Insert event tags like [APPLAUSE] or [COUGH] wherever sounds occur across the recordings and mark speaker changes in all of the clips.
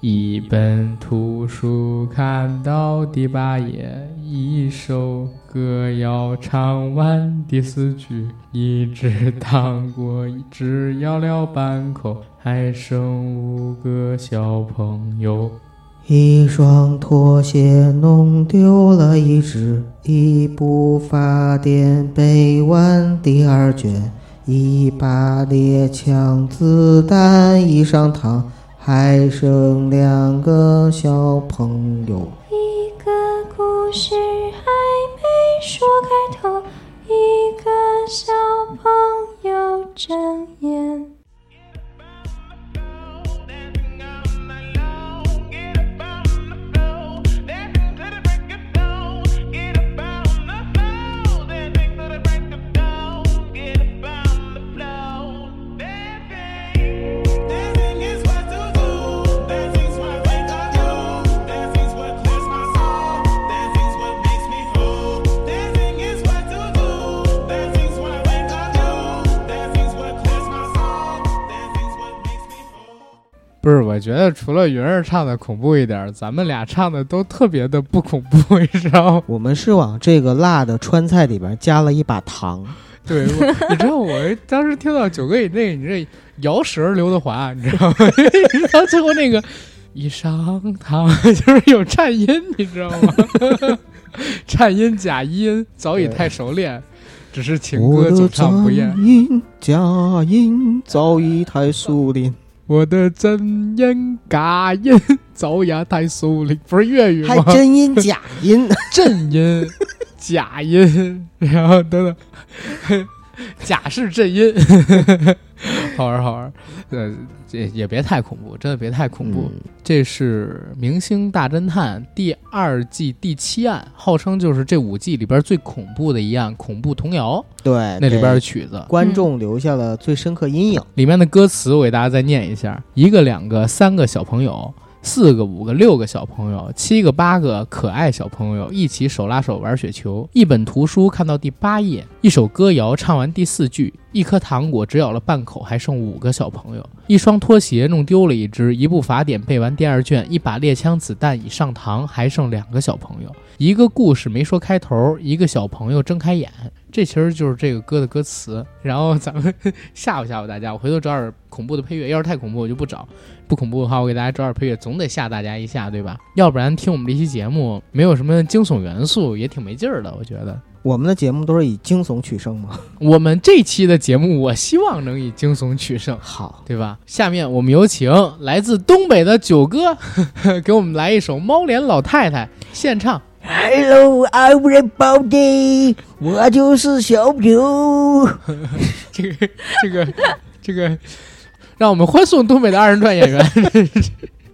Speaker 1: 一本图书看到第八页，一首歌要唱完第四句，一只糖果只咬了半口，还剩五个小朋友。
Speaker 2: 一双拖鞋弄丢了一只，一部法典背完第二卷，一把猎枪子弹一上膛，还剩两个小朋友。
Speaker 3: 一个故事还没说开头，一个小朋友睁眼。
Speaker 1: 不是，我觉得除了云儿唱的恐怖一点，咱们俩唱的都特别的不恐怖，你知道吗？
Speaker 2: 我们是往这个辣的川菜里边加了一把糖，
Speaker 1: 对，我你知道我当时听到九个以内，你这摇舌刘德华，你知道吗？ [LAUGHS] 到最后那个一上堂 [LAUGHS] 就是有颤音，你知道吗？ [LAUGHS] 颤音假音早已太熟练，只是情歌总唱不厌。
Speaker 2: 音假音早已太熟练，
Speaker 1: 我的真音假音早已太熟练，不是粤语
Speaker 2: 还
Speaker 1: 吗？
Speaker 2: 真音假 [LAUGHS] 音。
Speaker 1: 正音、 [LAUGHS] 假音，然后等等，假是正音， [LAUGHS] 好玩儿好玩儿，呃，这也别太恐怖，真的别太恐怖。
Speaker 2: 嗯
Speaker 1: 这是《明星大侦探》第二季第七案，号称就是这五季里边最恐怖的一案——恐怖童谣
Speaker 2: 哎对，
Speaker 1: 那里边
Speaker 2: 给
Speaker 1: 的曲子。
Speaker 2: 观众留下了最深刻阴影。
Speaker 1: 里面的歌词我给大家再念一下：一个、两个、三个小朋友，四个、五个、六个小朋友，七个、八个可爱小朋友一起手拉手玩雪球。一本图书看到第八页，一首歌谣唱完第四句，一颗糖果只咬了半口，还剩五个小朋友。一双拖鞋弄丢了一只，一部法典背完第二卷，一把猎枪子弹已上膛，还剩两个小朋友。一个故事没说开头，一个小朋友睁开眼。这其实就是这个歌的歌词，然后咱们吓唬吓唬大家。我回头找点恐怖的配乐，要是太恐怖我就不找，不恐怖的话我给大家找点配乐，总得吓大家一下，对吧？要不然听我们这期节目没有什么惊悚元素，也挺没劲儿的。我觉得
Speaker 2: 我们的节目都是以惊悚取胜嘛。
Speaker 1: 我们这期的节目，我希望能以惊悚取胜，
Speaker 2: 好，
Speaker 1: 对吧？下面我们有请来自东北的九哥， [LAUGHS] 给我们来一首《猫脸老太太》现唱。
Speaker 2: Hello everybody，我就是小九。
Speaker 1: 这个 [LAUGHS] 这个这个，让我们欢送东北的二人转演员。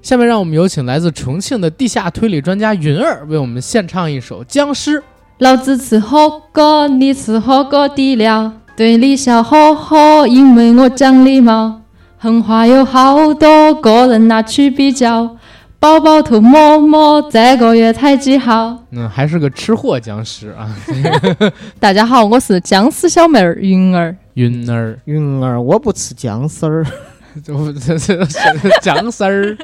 Speaker 1: 下面让我们有请来自重庆的地下推理专家云儿为我们献唱一首《僵尸》。
Speaker 4: 老子吃火锅，你吃火锅底料，对你笑呵呵，因为我讲礼貌。狠话有好多个人拿去比较，宝宝头摸摸这个月才几号？
Speaker 1: 嗯，还是个吃货僵尸啊，
Speaker 4: 大家好，我是僵尸小妹儿云儿。
Speaker 1: 云 [LAUGHS] 儿，
Speaker 2: 云儿，我不吃姜丝儿，
Speaker 1: 这不这这这 [LAUGHS] 僵尸儿，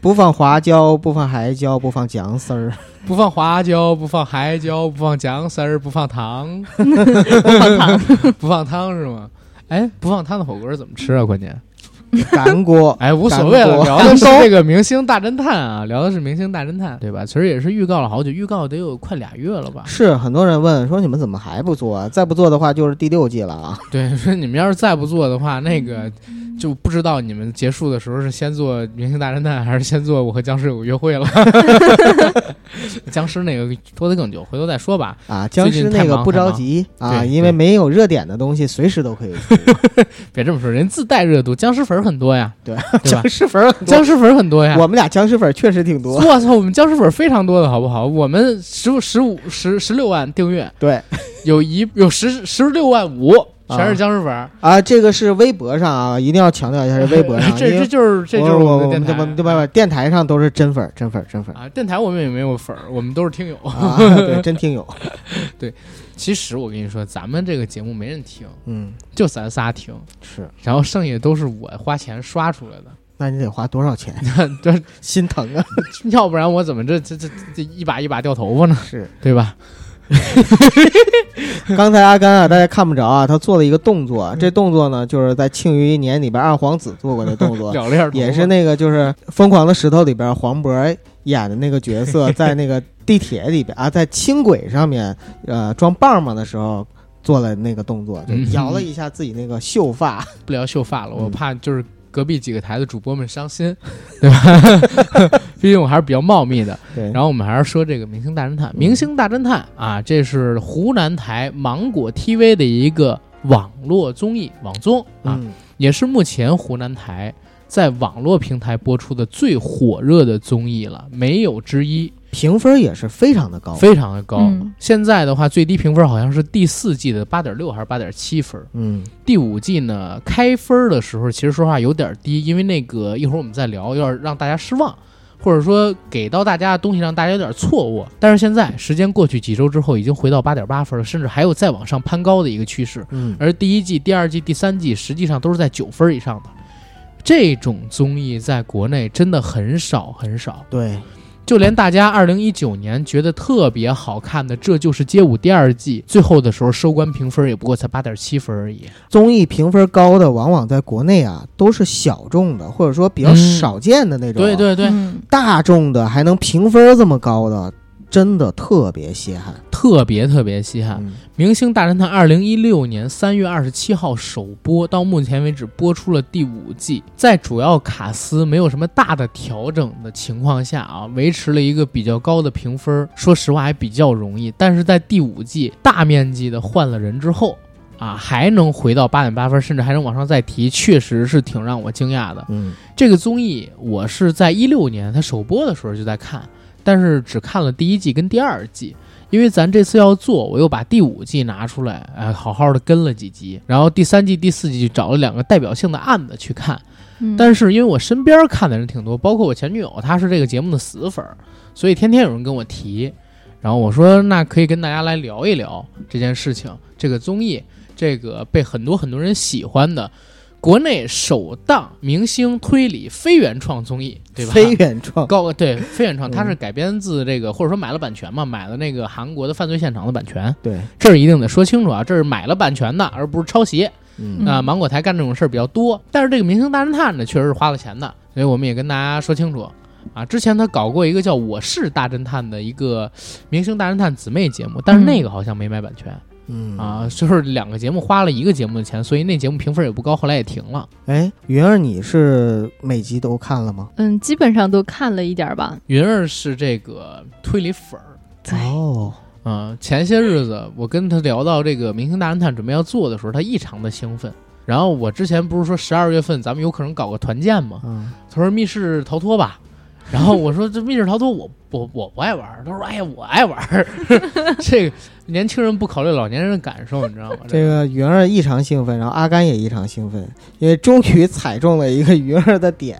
Speaker 2: 不放花椒，不放海椒，不放姜丝儿。
Speaker 1: 不放花椒，不放海椒，不放僵尸儿，不放 [LAUGHS] 糖， [LAUGHS] 不放汤是吗？哎，不放汤的火锅怎么吃啊？关键，，
Speaker 2: 干锅 [LAUGHS]
Speaker 1: 哎，无所谓
Speaker 2: 干
Speaker 1: 了，
Speaker 2: 锅
Speaker 1: 聊的是这个《明星大侦探》啊，聊的是《明星大侦探》，对吧？其实也是预告了好久，预告得有快俩月了吧？
Speaker 2: 是很多人问说你们怎么还不做啊？再不做的话就是第六季了啊！
Speaker 1: 对， [LAUGHS] 说你们要是再不做的话，那个就不知道你们结束的时候是先做《明星大侦探》，还是先做《我和僵尸有个约会》了。 [LAUGHS] 僵尸那个拖得更久，回头再说吧。
Speaker 2: 啊，僵尸那个不着急
Speaker 1: 太忙
Speaker 2: 啊，
Speaker 1: 对
Speaker 2: 因为没有热点的东西随时都可以。
Speaker 1: 别这么说，人自带热度，僵尸粉儿很多呀，[LAUGHS]
Speaker 2: 对
Speaker 1: 对吧
Speaker 2: 僵？尸粉儿很多，
Speaker 1: 僵尸粉儿很多呀。
Speaker 2: 我们俩僵尸粉儿确实挺
Speaker 1: [LAUGHS]
Speaker 2: 多。
Speaker 1: 我操，我们僵尸粉儿非常多的好不好？我们十五、十五、十十六万订阅，
Speaker 2: 对
Speaker 1: 有一有十十六万五，全是僵尸粉儿。
Speaker 2: 啊，这个是微博上啊，一定要
Speaker 1: [LAUGHS]
Speaker 2: 强调一下是微博上，
Speaker 1: 这
Speaker 2: 因
Speaker 1: 这
Speaker 2: 为
Speaker 1: 就是这就是
Speaker 2: 我
Speaker 1: 们的
Speaker 2: 们
Speaker 1: 电台，
Speaker 2: 对吧？电台上都是真粉儿，真粉儿，真
Speaker 1: [LAUGHS]
Speaker 2: 粉儿
Speaker 1: 啊，电台我们也没有粉儿，我们都是听友。
Speaker 2: 啊，对，真听友，
Speaker 1: 其实我跟你说，咱们这个节目没人听，
Speaker 2: 嗯，
Speaker 1: 就咱仨听，
Speaker 2: 是
Speaker 1: 然后剩下都是我花钱刷出来的。 [LAUGHS]
Speaker 2: 那你得花多少钱？ [LAUGHS]
Speaker 1: 这
Speaker 2: 心疼
Speaker 1: [LAUGHS]
Speaker 2: 啊！
Speaker 1: 要不然我怎么这这这这一把一把掉头发呢？
Speaker 2: 是，
Speaker 1: 对吧？
Speaker 2: 刚才阿甘啊，大家看不着啊，他做了一个动
Speaker 1: 嗯
Speaker 2: 作，这动作呢，就是在《庆余年》里边二皇子做过的动作，
Speaker 1: 了了头发
Speaker 2: 也是那个就是《疯狂的石头》里边黄渤演的那个
Speaker 1: [LAUGHS]
Speaker 2: 角色，在那个地铁里边啊，在轻轨上面呃装棒棒的时候做了那个动作，就
Speaker 1: 嗯
Speaker 2: 摇了一下自己那个秀发。
Speaker 1: [LAUGHS] 不聊秀发了，我
Speaker 2: 嗯
Speaker 1: 怕就是隔壁几个台的主播们伤心，对吧？ [LAUGHS] 毕竟我还是比较茂密的。
Speaker 2: 对，
Speaker 1: 然后我们还是说这个《明星大侦探》，《明星大侦探》啊，这是湖南台芒果 TV 的一个网络综艺网综啊，
Speaker 2: 嗯，
Speaker 1: 也是目前湖南台在网络平台播出的最火热的综艺了，没有之一，
Speaker 2: 评分也是非常的高。
Speaker 1: 非常的高。
Speaker 4: 嗯
Speaker 1: 现在的话，最低评分好像是第四季的八点六还是八点七分。
Speaker 2: 嗯，
Speaker 1: 第五季呢，开分的时候其实说实话有点低，因为那个一会儿我们再聊，有点让大家失望，或者说给到大家的东西让大家有点错误。但是现在时间过去几周之后，已经回到八点八分了，甚至还有再往上攀高的一个趋势。
Speaker 2: 嗯，
Speaker 1: 而第一季、第二季、第三季实际上都是在九分以上的。这种综艺在国内真的很少很少，
Speaker 2: 对，
Speaker 1: 就连大家二零一九年觉得特别好看的《这就是街舞》第二季，最后的时候收官评分也不过才八点七分而已。
Speaker 2: 综艺评分高的往往在国内啊都是小众的，或者说比较
Speaker 1: 嗯
Speaker 2: 少见的那种。
Speaker 1: 对对对，
Speaker 4: 嗯
Speaker 2: 大众的还能评分这么高的，真的特别稀罕。
Speaker 1: 特别特别稀罕，
Speaker 2: 嗯
Speaker 1: 明星大侦探》二零一六年三月二十七号首播，到目前为止播出了第五季，在主要卡司没有什么大的调整的情况下啊，维持了一个比较高的评分。说实话还比较容易，但是在第五季大面积的换了人之后啊，还能回到八点八分，甚至还能往上再提，确实是挺让我惊讶的。
Speaker 2: 嗯，
Speaker 1: 这个综艺我是在一六年它首播的时候就在看，但是只看了第一季跟第二季，因为咱这次要做，我又把第五季拿出来，哎，好好的跟了几集，然后第三季、第四季就找了两个代表性的案子去看，
Speaker 4: 嗯，
Speaker 1: 但是因为我身边看的人挺多，包括我前女友，她是这个节目的死粉儿，所以天天有人跟我提。然后我说，那可以跟大家来聊一聊这件事情，这个综艺，这个被很多很多人喜欢的国内首档明星推理非原创综艺，对吧？
Speaker 2: 非原创。
Speaker 1: 高对非原创，
Speaker 2: 嗯
Speaker 1: 它是改编自这个，或者说买了版权嘛，买了那个韩国的犯罪现场的版权，
Speaker 2: 对，
Speaker 1: 这儿一定得说清楚啊，这是买了版权的，而不是抄袭。
Speaker 2: 嗯
Speaker 1: 啊，
Speaker 4: 嗯
Speaker 1: 芒果台干这种事儿比较多。但是这个《明星大侦探》呢，确实是花了钱的，所以我们也跟大家说清楚啊。之前他搞过一个叫《我是大侦探》的一个《明星大侦探》姊妹节目，但是那个好像没买版权、
Speaker 2: 嗯
Speaker 1: 啊，就是两个节目花了一个节目的钱，所以那节目评分也不高，后来也停了。
Speaker 2: 哎，云儿，你是每集都看了吗？
Speaker 4: 嗯，基本上都看了一点儿吧。
Speaker 1: 云儿是这个推理粉儿。
Speaker 4: 对，
Speaker 2: 哦，
Speaker 1: 嗯，前些日子我跟他聊到这个《明星大侦探》准备要做的时候，他异常的兴奋。然后我之前不是说十二月份咱们有可能搞个团建吗？
Speaker 2: 嗯，
Speaker 1: 他说密室逃脱吧，然后我说这密室逃脱我我我不爱玩儿，他说哎呀我爱玩儿， [LAUGHS] 这个年轻人不考虑老年人的感受，你知道吗？
Speaker 2: 这个云儿异常兴奋，然后阿甘也异常兴奋，因为终于踩中了一个云儿的点。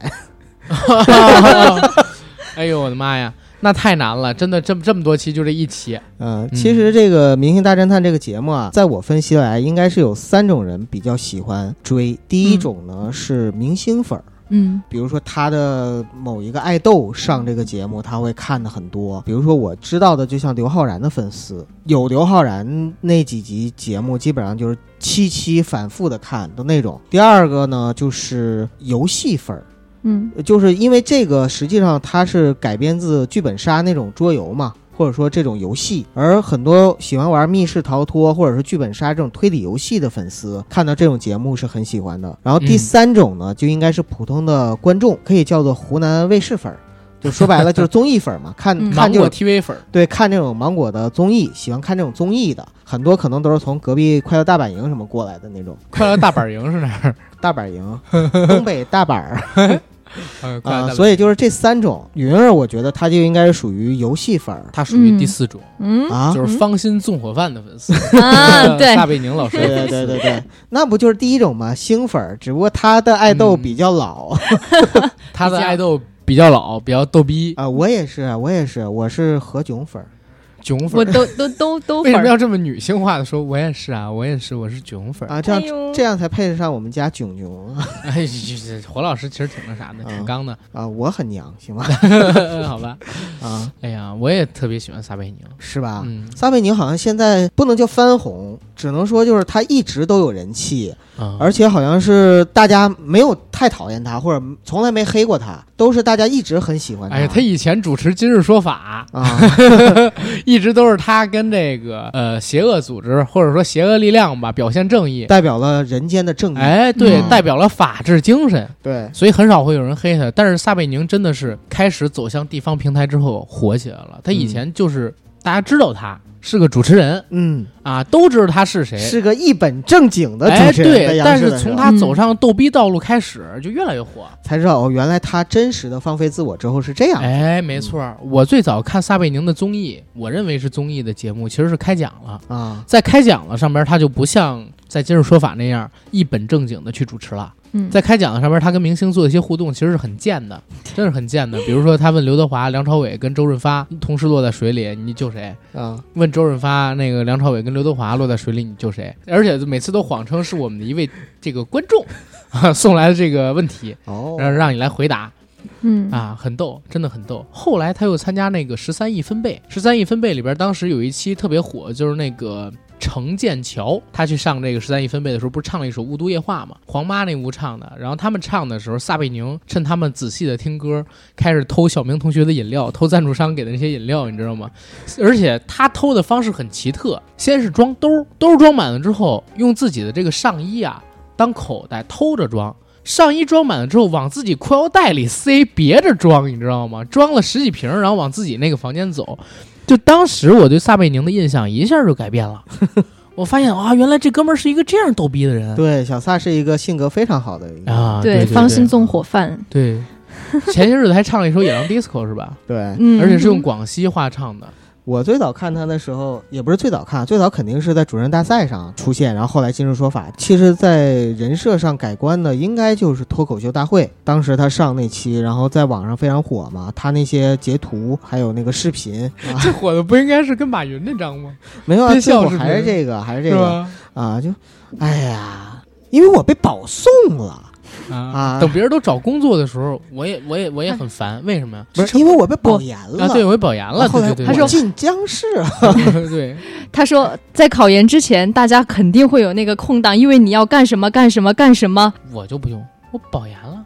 Speaker 1: 个， [LAUGHS] 哎呦我的妈呀，那太难了，真的这么这么多期就这一期，
Speaker 2: [LAUGHS] 嗯，其实这个《明星大侦探》这个节目啊，在我分析来，应该是有三种人比较喜欢追。第一种呢是明星粉儿。
Speaker 4: 嗯
Speaker 2: 比如说他的某一个爱豆上这个节目，他会看的很多。比如说我知道的，就像刘昊然的粉丝，有刘昊然那几集节目，基本上就是七期反复的看的那种。第二个呢，就是游戏粉儿，
Speaker 4: 嗯
Speaker 2: 就是因为这个实际上它是改编自剧本杀那种桌游嘛。或者说这种游戏，而很多喜欢玩密室逃脱或者是剧本杀这种推理游戏的粉丝，看到这种节目是很喜欢的。然后第
Speaker 1: 嗯
Speaker 2: 三种呢，就应该是普通的观众，可以叫做湖南卫视粉儿，就说白了就是综艺粉儿嘛，看
Speaker 4: 嗯
Speaker 2: 看
Speaker 1: 芒
Speaker 2: 这种
Speaker 1: 果 TV 粉儿，
Speaker 2: 对，看这种芒果的综艺，喜欢看这种综艺的，很多可能都是从隔壁快乐大本营什么过来的那种。
Speaker 1: 快乐大本营是 [LAUGHS] 哪儿？
Speaker 2: 大本营，东北大板儿
Speaker 1: 呃，快乐大
Speaker 2: 啊，
Speaker 1: 本
Speaker 2: 所以就是这三种。云儿，我觉得他就应该是属于游戏粉儿
Speaker 1: 它属于第四种，
Speaker 4: 嗯
Speaker 1: [LAUGHS]
Speaker 2: 啊。
Speaker 1: 就是方心纵火犯的粉丝， [LAUGHS]
Speaker 4: 啊，对，
Speaker 1: 大贝宁老师
Speaker 2: 嗯对
Speaker 1: 的
Speaker 2: 对
Speaker 1: 粉丝，
Speaker 2: 对对对，那不就是第一种吗？星粉儿，只不过他的爱豆比较老
Speaker 1: 嗯
Speaker 2: 啊、
Speaker 1: [LAUGHS] 他
Speaker 2: 啊
Speaker 1: 的爱豆比较老，比较逗逼，
Speaker 2: 我也是，我也是，我是何炅粉儿，
Speaker 1: 囧
Speaker 4: 我
Speaker 1: 粉儿。
Speaker 4: 都都都都
Speaker 1: 为
Speaker 4: 粉
Speaker 1: 什么
Speaker 4: 儿，
Speaker 1: 要这么女性化的说？我也是啊，我也是，我是囧粉儿。
Speaker 2: [LAUGHS] 啊，这样、
Speaker 3: 哎呦
Speaker 2: 这样才配得上我们家囧囧
Speaker 1: 哎，这这火老师其实挺那啥的，挺刚的，
Speaker 2: [LAUGHS]
Speaker 1: [LAUGHS]
Speaker 2: 啊！我很娘，行吗？
Speaker 1: 好吧？
Speaker 2: 啊，
Speaker 1: 哎呀，我也特别喜欢撒贝宁。
Speaker 2: 是吧？
Speaker 1: 嗯
Speaker 2: 撒贝宁好像现在不能叫翻红，只能说就是他一直都有人气，
Speaker 1: 啊，
Speaker 2: 而且好像是大家没有太讨厌他，或者从来没黑过他，都是大家一直很喜欢他。
Speaker 1: 哎呀，他以前主持《今日说法
Speaker 2: 啊，》，
Speaker 1: 一直都是他跟这个呃邪恶组织或者说邪恶力量吧，表现正义。
Speaker 2: 代表了人间的正义。
Speaker 1: 哎，对，
Speaker 2: 嗯
Speaker 1: 代表了法治精神，
Speaker 2: 对，
Speaker 1: 所以很少会有人黑他。但是撒贝宁真的是开始走向地方平台之后火起来了。他以前就是、大家知道他是个主持人
Speaker 2: 嗯，
Speaker 1: 啊，都知道他是谁。
Speaker 2: 是个一本正经的
Speaker 1: 哎，
Speaker 2: 主持人。在
Speaker 1: 对，
Speaker 2: 央
Speaker 1: 但
Speaker 2: 视
Speaker 1: 是
Speaker 2: 的时
Speaker 1: 从
Speaker 2: 候
Speaker 1: 他走上逗逼道路开始，就越来越火。
Speaker 2: 啊才知道，哦，原来他真实的放飞自我之后是这样的。
Speaker 1: 哎，没错儿，我最早看撒贝宁的综艺，我认为是综艺的节目，其实是开讲了。
Speaker 2: 啊，
Speaker 1: 在开讲了上边，他就不像在今日说法那样一本正经的去主持了。
Speaker 4: 嗯，
Speaker 1: 在开讲的上边，他跟明星做一些互动，其实是很贱的，真是很贱的。比如说，他问刘德华、梁朝伟跟周润发同时落在水里，你救谁？
Speaker 2: 啊，
Speaker 1: 问周润发那个梁朝伟跟刘德华落在水里，你救谁？而且每次都谎称是我们的一位这个观众 [LAUGHS] 啊送来的这个问题，
Speaker 2: 哦，
Speaker 1: 让让你来回答。
Speaker 4: 嗯
Speaker 1: 啊，很逗，真的很逗。后来他又参加那个十三亿分贝，十三亿分贝里边当时有一期特别火，就是那个程剑桥，他去上这个十三亿分贝的时候，不是唱了一首《雾都夜话》嘛，黄妈那屋唱的。然后他们唱的时候，撒贝宁趁他们仔细的听歌，开始偷小明同学的饮料，偷赞助商给的那些饮料，你知道吗？而且他偷的方式很奇特，先是装兜儿，兜儿装满了之后，用自己的这个上衣啊当口袋偷着装。上衣装满了之后，往自己裤腰带里塞，别着装，你知道吗？装了十几瓶，然后往自己那个房间走。就当时我对撒贝宁的印象一下就改变
Speaker 2: [LAUGHS]
Speaker 1: 了，我发现啊，原来这哥们儿是一个这样逗逼的人
Speaker 2: 对，小萨是一个性格非常好的一个，
Speaker 1: 啊！对，
Speaker 4: 芳心纵火犯，
Speaker 1: 对。对前些日子还唱了一首《野狼 DISCO》是吧？
Speaker 2: 对，
Speaker 4: 嗯，
Speaker 1: 而且是用广西话唱的。 [LAUGHS]
Speaker 2: 我最早看他的时候，也不是最早看，最早肯定是在主持人大赛上出现，然后后来进入说法。其实，在人设上改观的，应该就是脱口秀大会。当时他上那期，然后在网上非常火嘛，他那些截图还有那个视频，啊、
Speaker 1: 这火的不应该是跟马云那张吗？
Speaker 2: 没有啊，
Speaker 1: 憋
Speaker 2: 最
Speaker 1: 笑
Speaker 2: 火
Speaker 1: 视频
Speaker 2: 还是这个，还是这
Speaker 1: 是
Speaker 2: 个
Speaker 1: 吧？
Speaker 2: 啊，就，哎呀，因为我被保送了，啊
Speaker 1: 啊！等别人都找工作的时候，我也我也我也很烦，为什么呀？
Speaker 2: 不是因为我被保
Speaker 4: 不
Speaker 2: 研了。
Speaker 1: 啊，对，我也保研了，
Speaker 2: 后来
Speaker 1: 对对对，
Speaker 2: 我
Speaker 4: 他说
Speaker 2: 进僵尸了，
Speaker 1: 对，
Speaker 4: 他说，在考研之前，大家肯定会有那个空档，因为你要干什么干什么干什么。
Speaker 1: [LAUGHS] 我就不用，我保研了。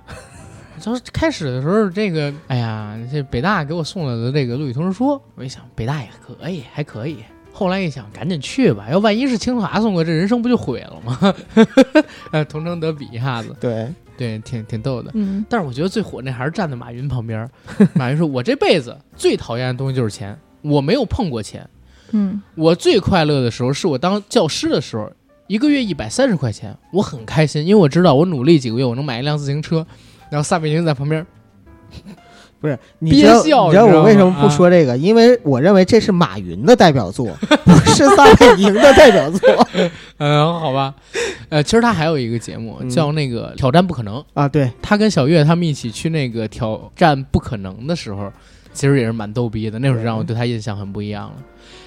Speaker 1: 就是开始的时候，这个哎呀，这北大给我送来的这个录取通知书，我一想北大也可以，还可以。后来一想，赶紧去吧，要万一是清华送过，这人生不就毁了吗？ [LAUGHS] 呃，同城德比一下子，
Speaker 2: 对，
Speaker 1: 对，挺挺逗的。
Speaker 4: 嗯，
Speaker 1: 但是我觉得最火那还是站在马云旁边儿。马云说：“我这辈子最讨厌的东西就是钱，我没有碰过钱。
Speaker 4: 嗯
Speaker 1: 我最快乐的时候是我当教师的时候，一个月一百三十块钱，我很开心，因为我知道我努力几个月，我能买一辆自行车。然后撒贝宁在旁边，
Speaker 2: 不是，你
Speaker 1: 憋
Speaker 2: 知道
Speaker 1: 笑
Speaker 2: 你知道
Speaker 1: 你知道
Speaker 2: 我为什么
Speaker 1: 吗
Speaker 2: 不
Speaker 1: 啊
Speaker 2: 说这个？因为我认为这是马云的代表作，不是撒贝宁的代表作 [LAUGHS]
Speaker 1: 嗯，好吧，呃，其实他还有一个节目
Speaker 2: 嗯
Speaker 1: 叫那个《挑战不可能》，
Speaker 2: 啊。对，
Speaker 1: 他跟小岳他们一起去那个挑战不可能的时候，其实也是蛮逗逼的，那会儿让我对他印象很不一样了。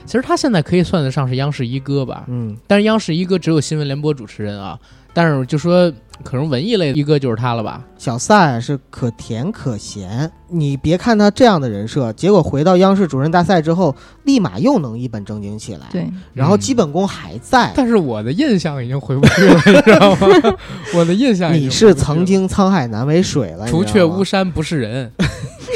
Speaker 1: 其实他现在可以算得上是央视一哥吧，
Speaker 2: 嗯，
Speaker 1: 但是央视一哥只有新闻联播主持人啊，但是就说可能文艺类的一哥就是他了吧？
Speaker 2: 小撒是可甜可咸。你别看他这样的人设，结果回到央视主持人大赛之后，立马又能一本正经起来，
Speaker 4: 对，
Speaker 2: 然后
Speaker 1: 嗯
Speaker 2: 基本功还在。
Speaker 1: 但是我的印象已经回不去了，你知道吗？我的印象已经
Speaker 2: 你是
Speaker 1: 回不去了
Speaker 2: 曾经沧海难为水了，
Speaker 1: 除
Speaker 2: 你知
Speaker 1: 却
Speaker 2: 道吗
Speaker 1: 巫山不是
Speaker 2: [LAUGHS]
Speaker 1: 人，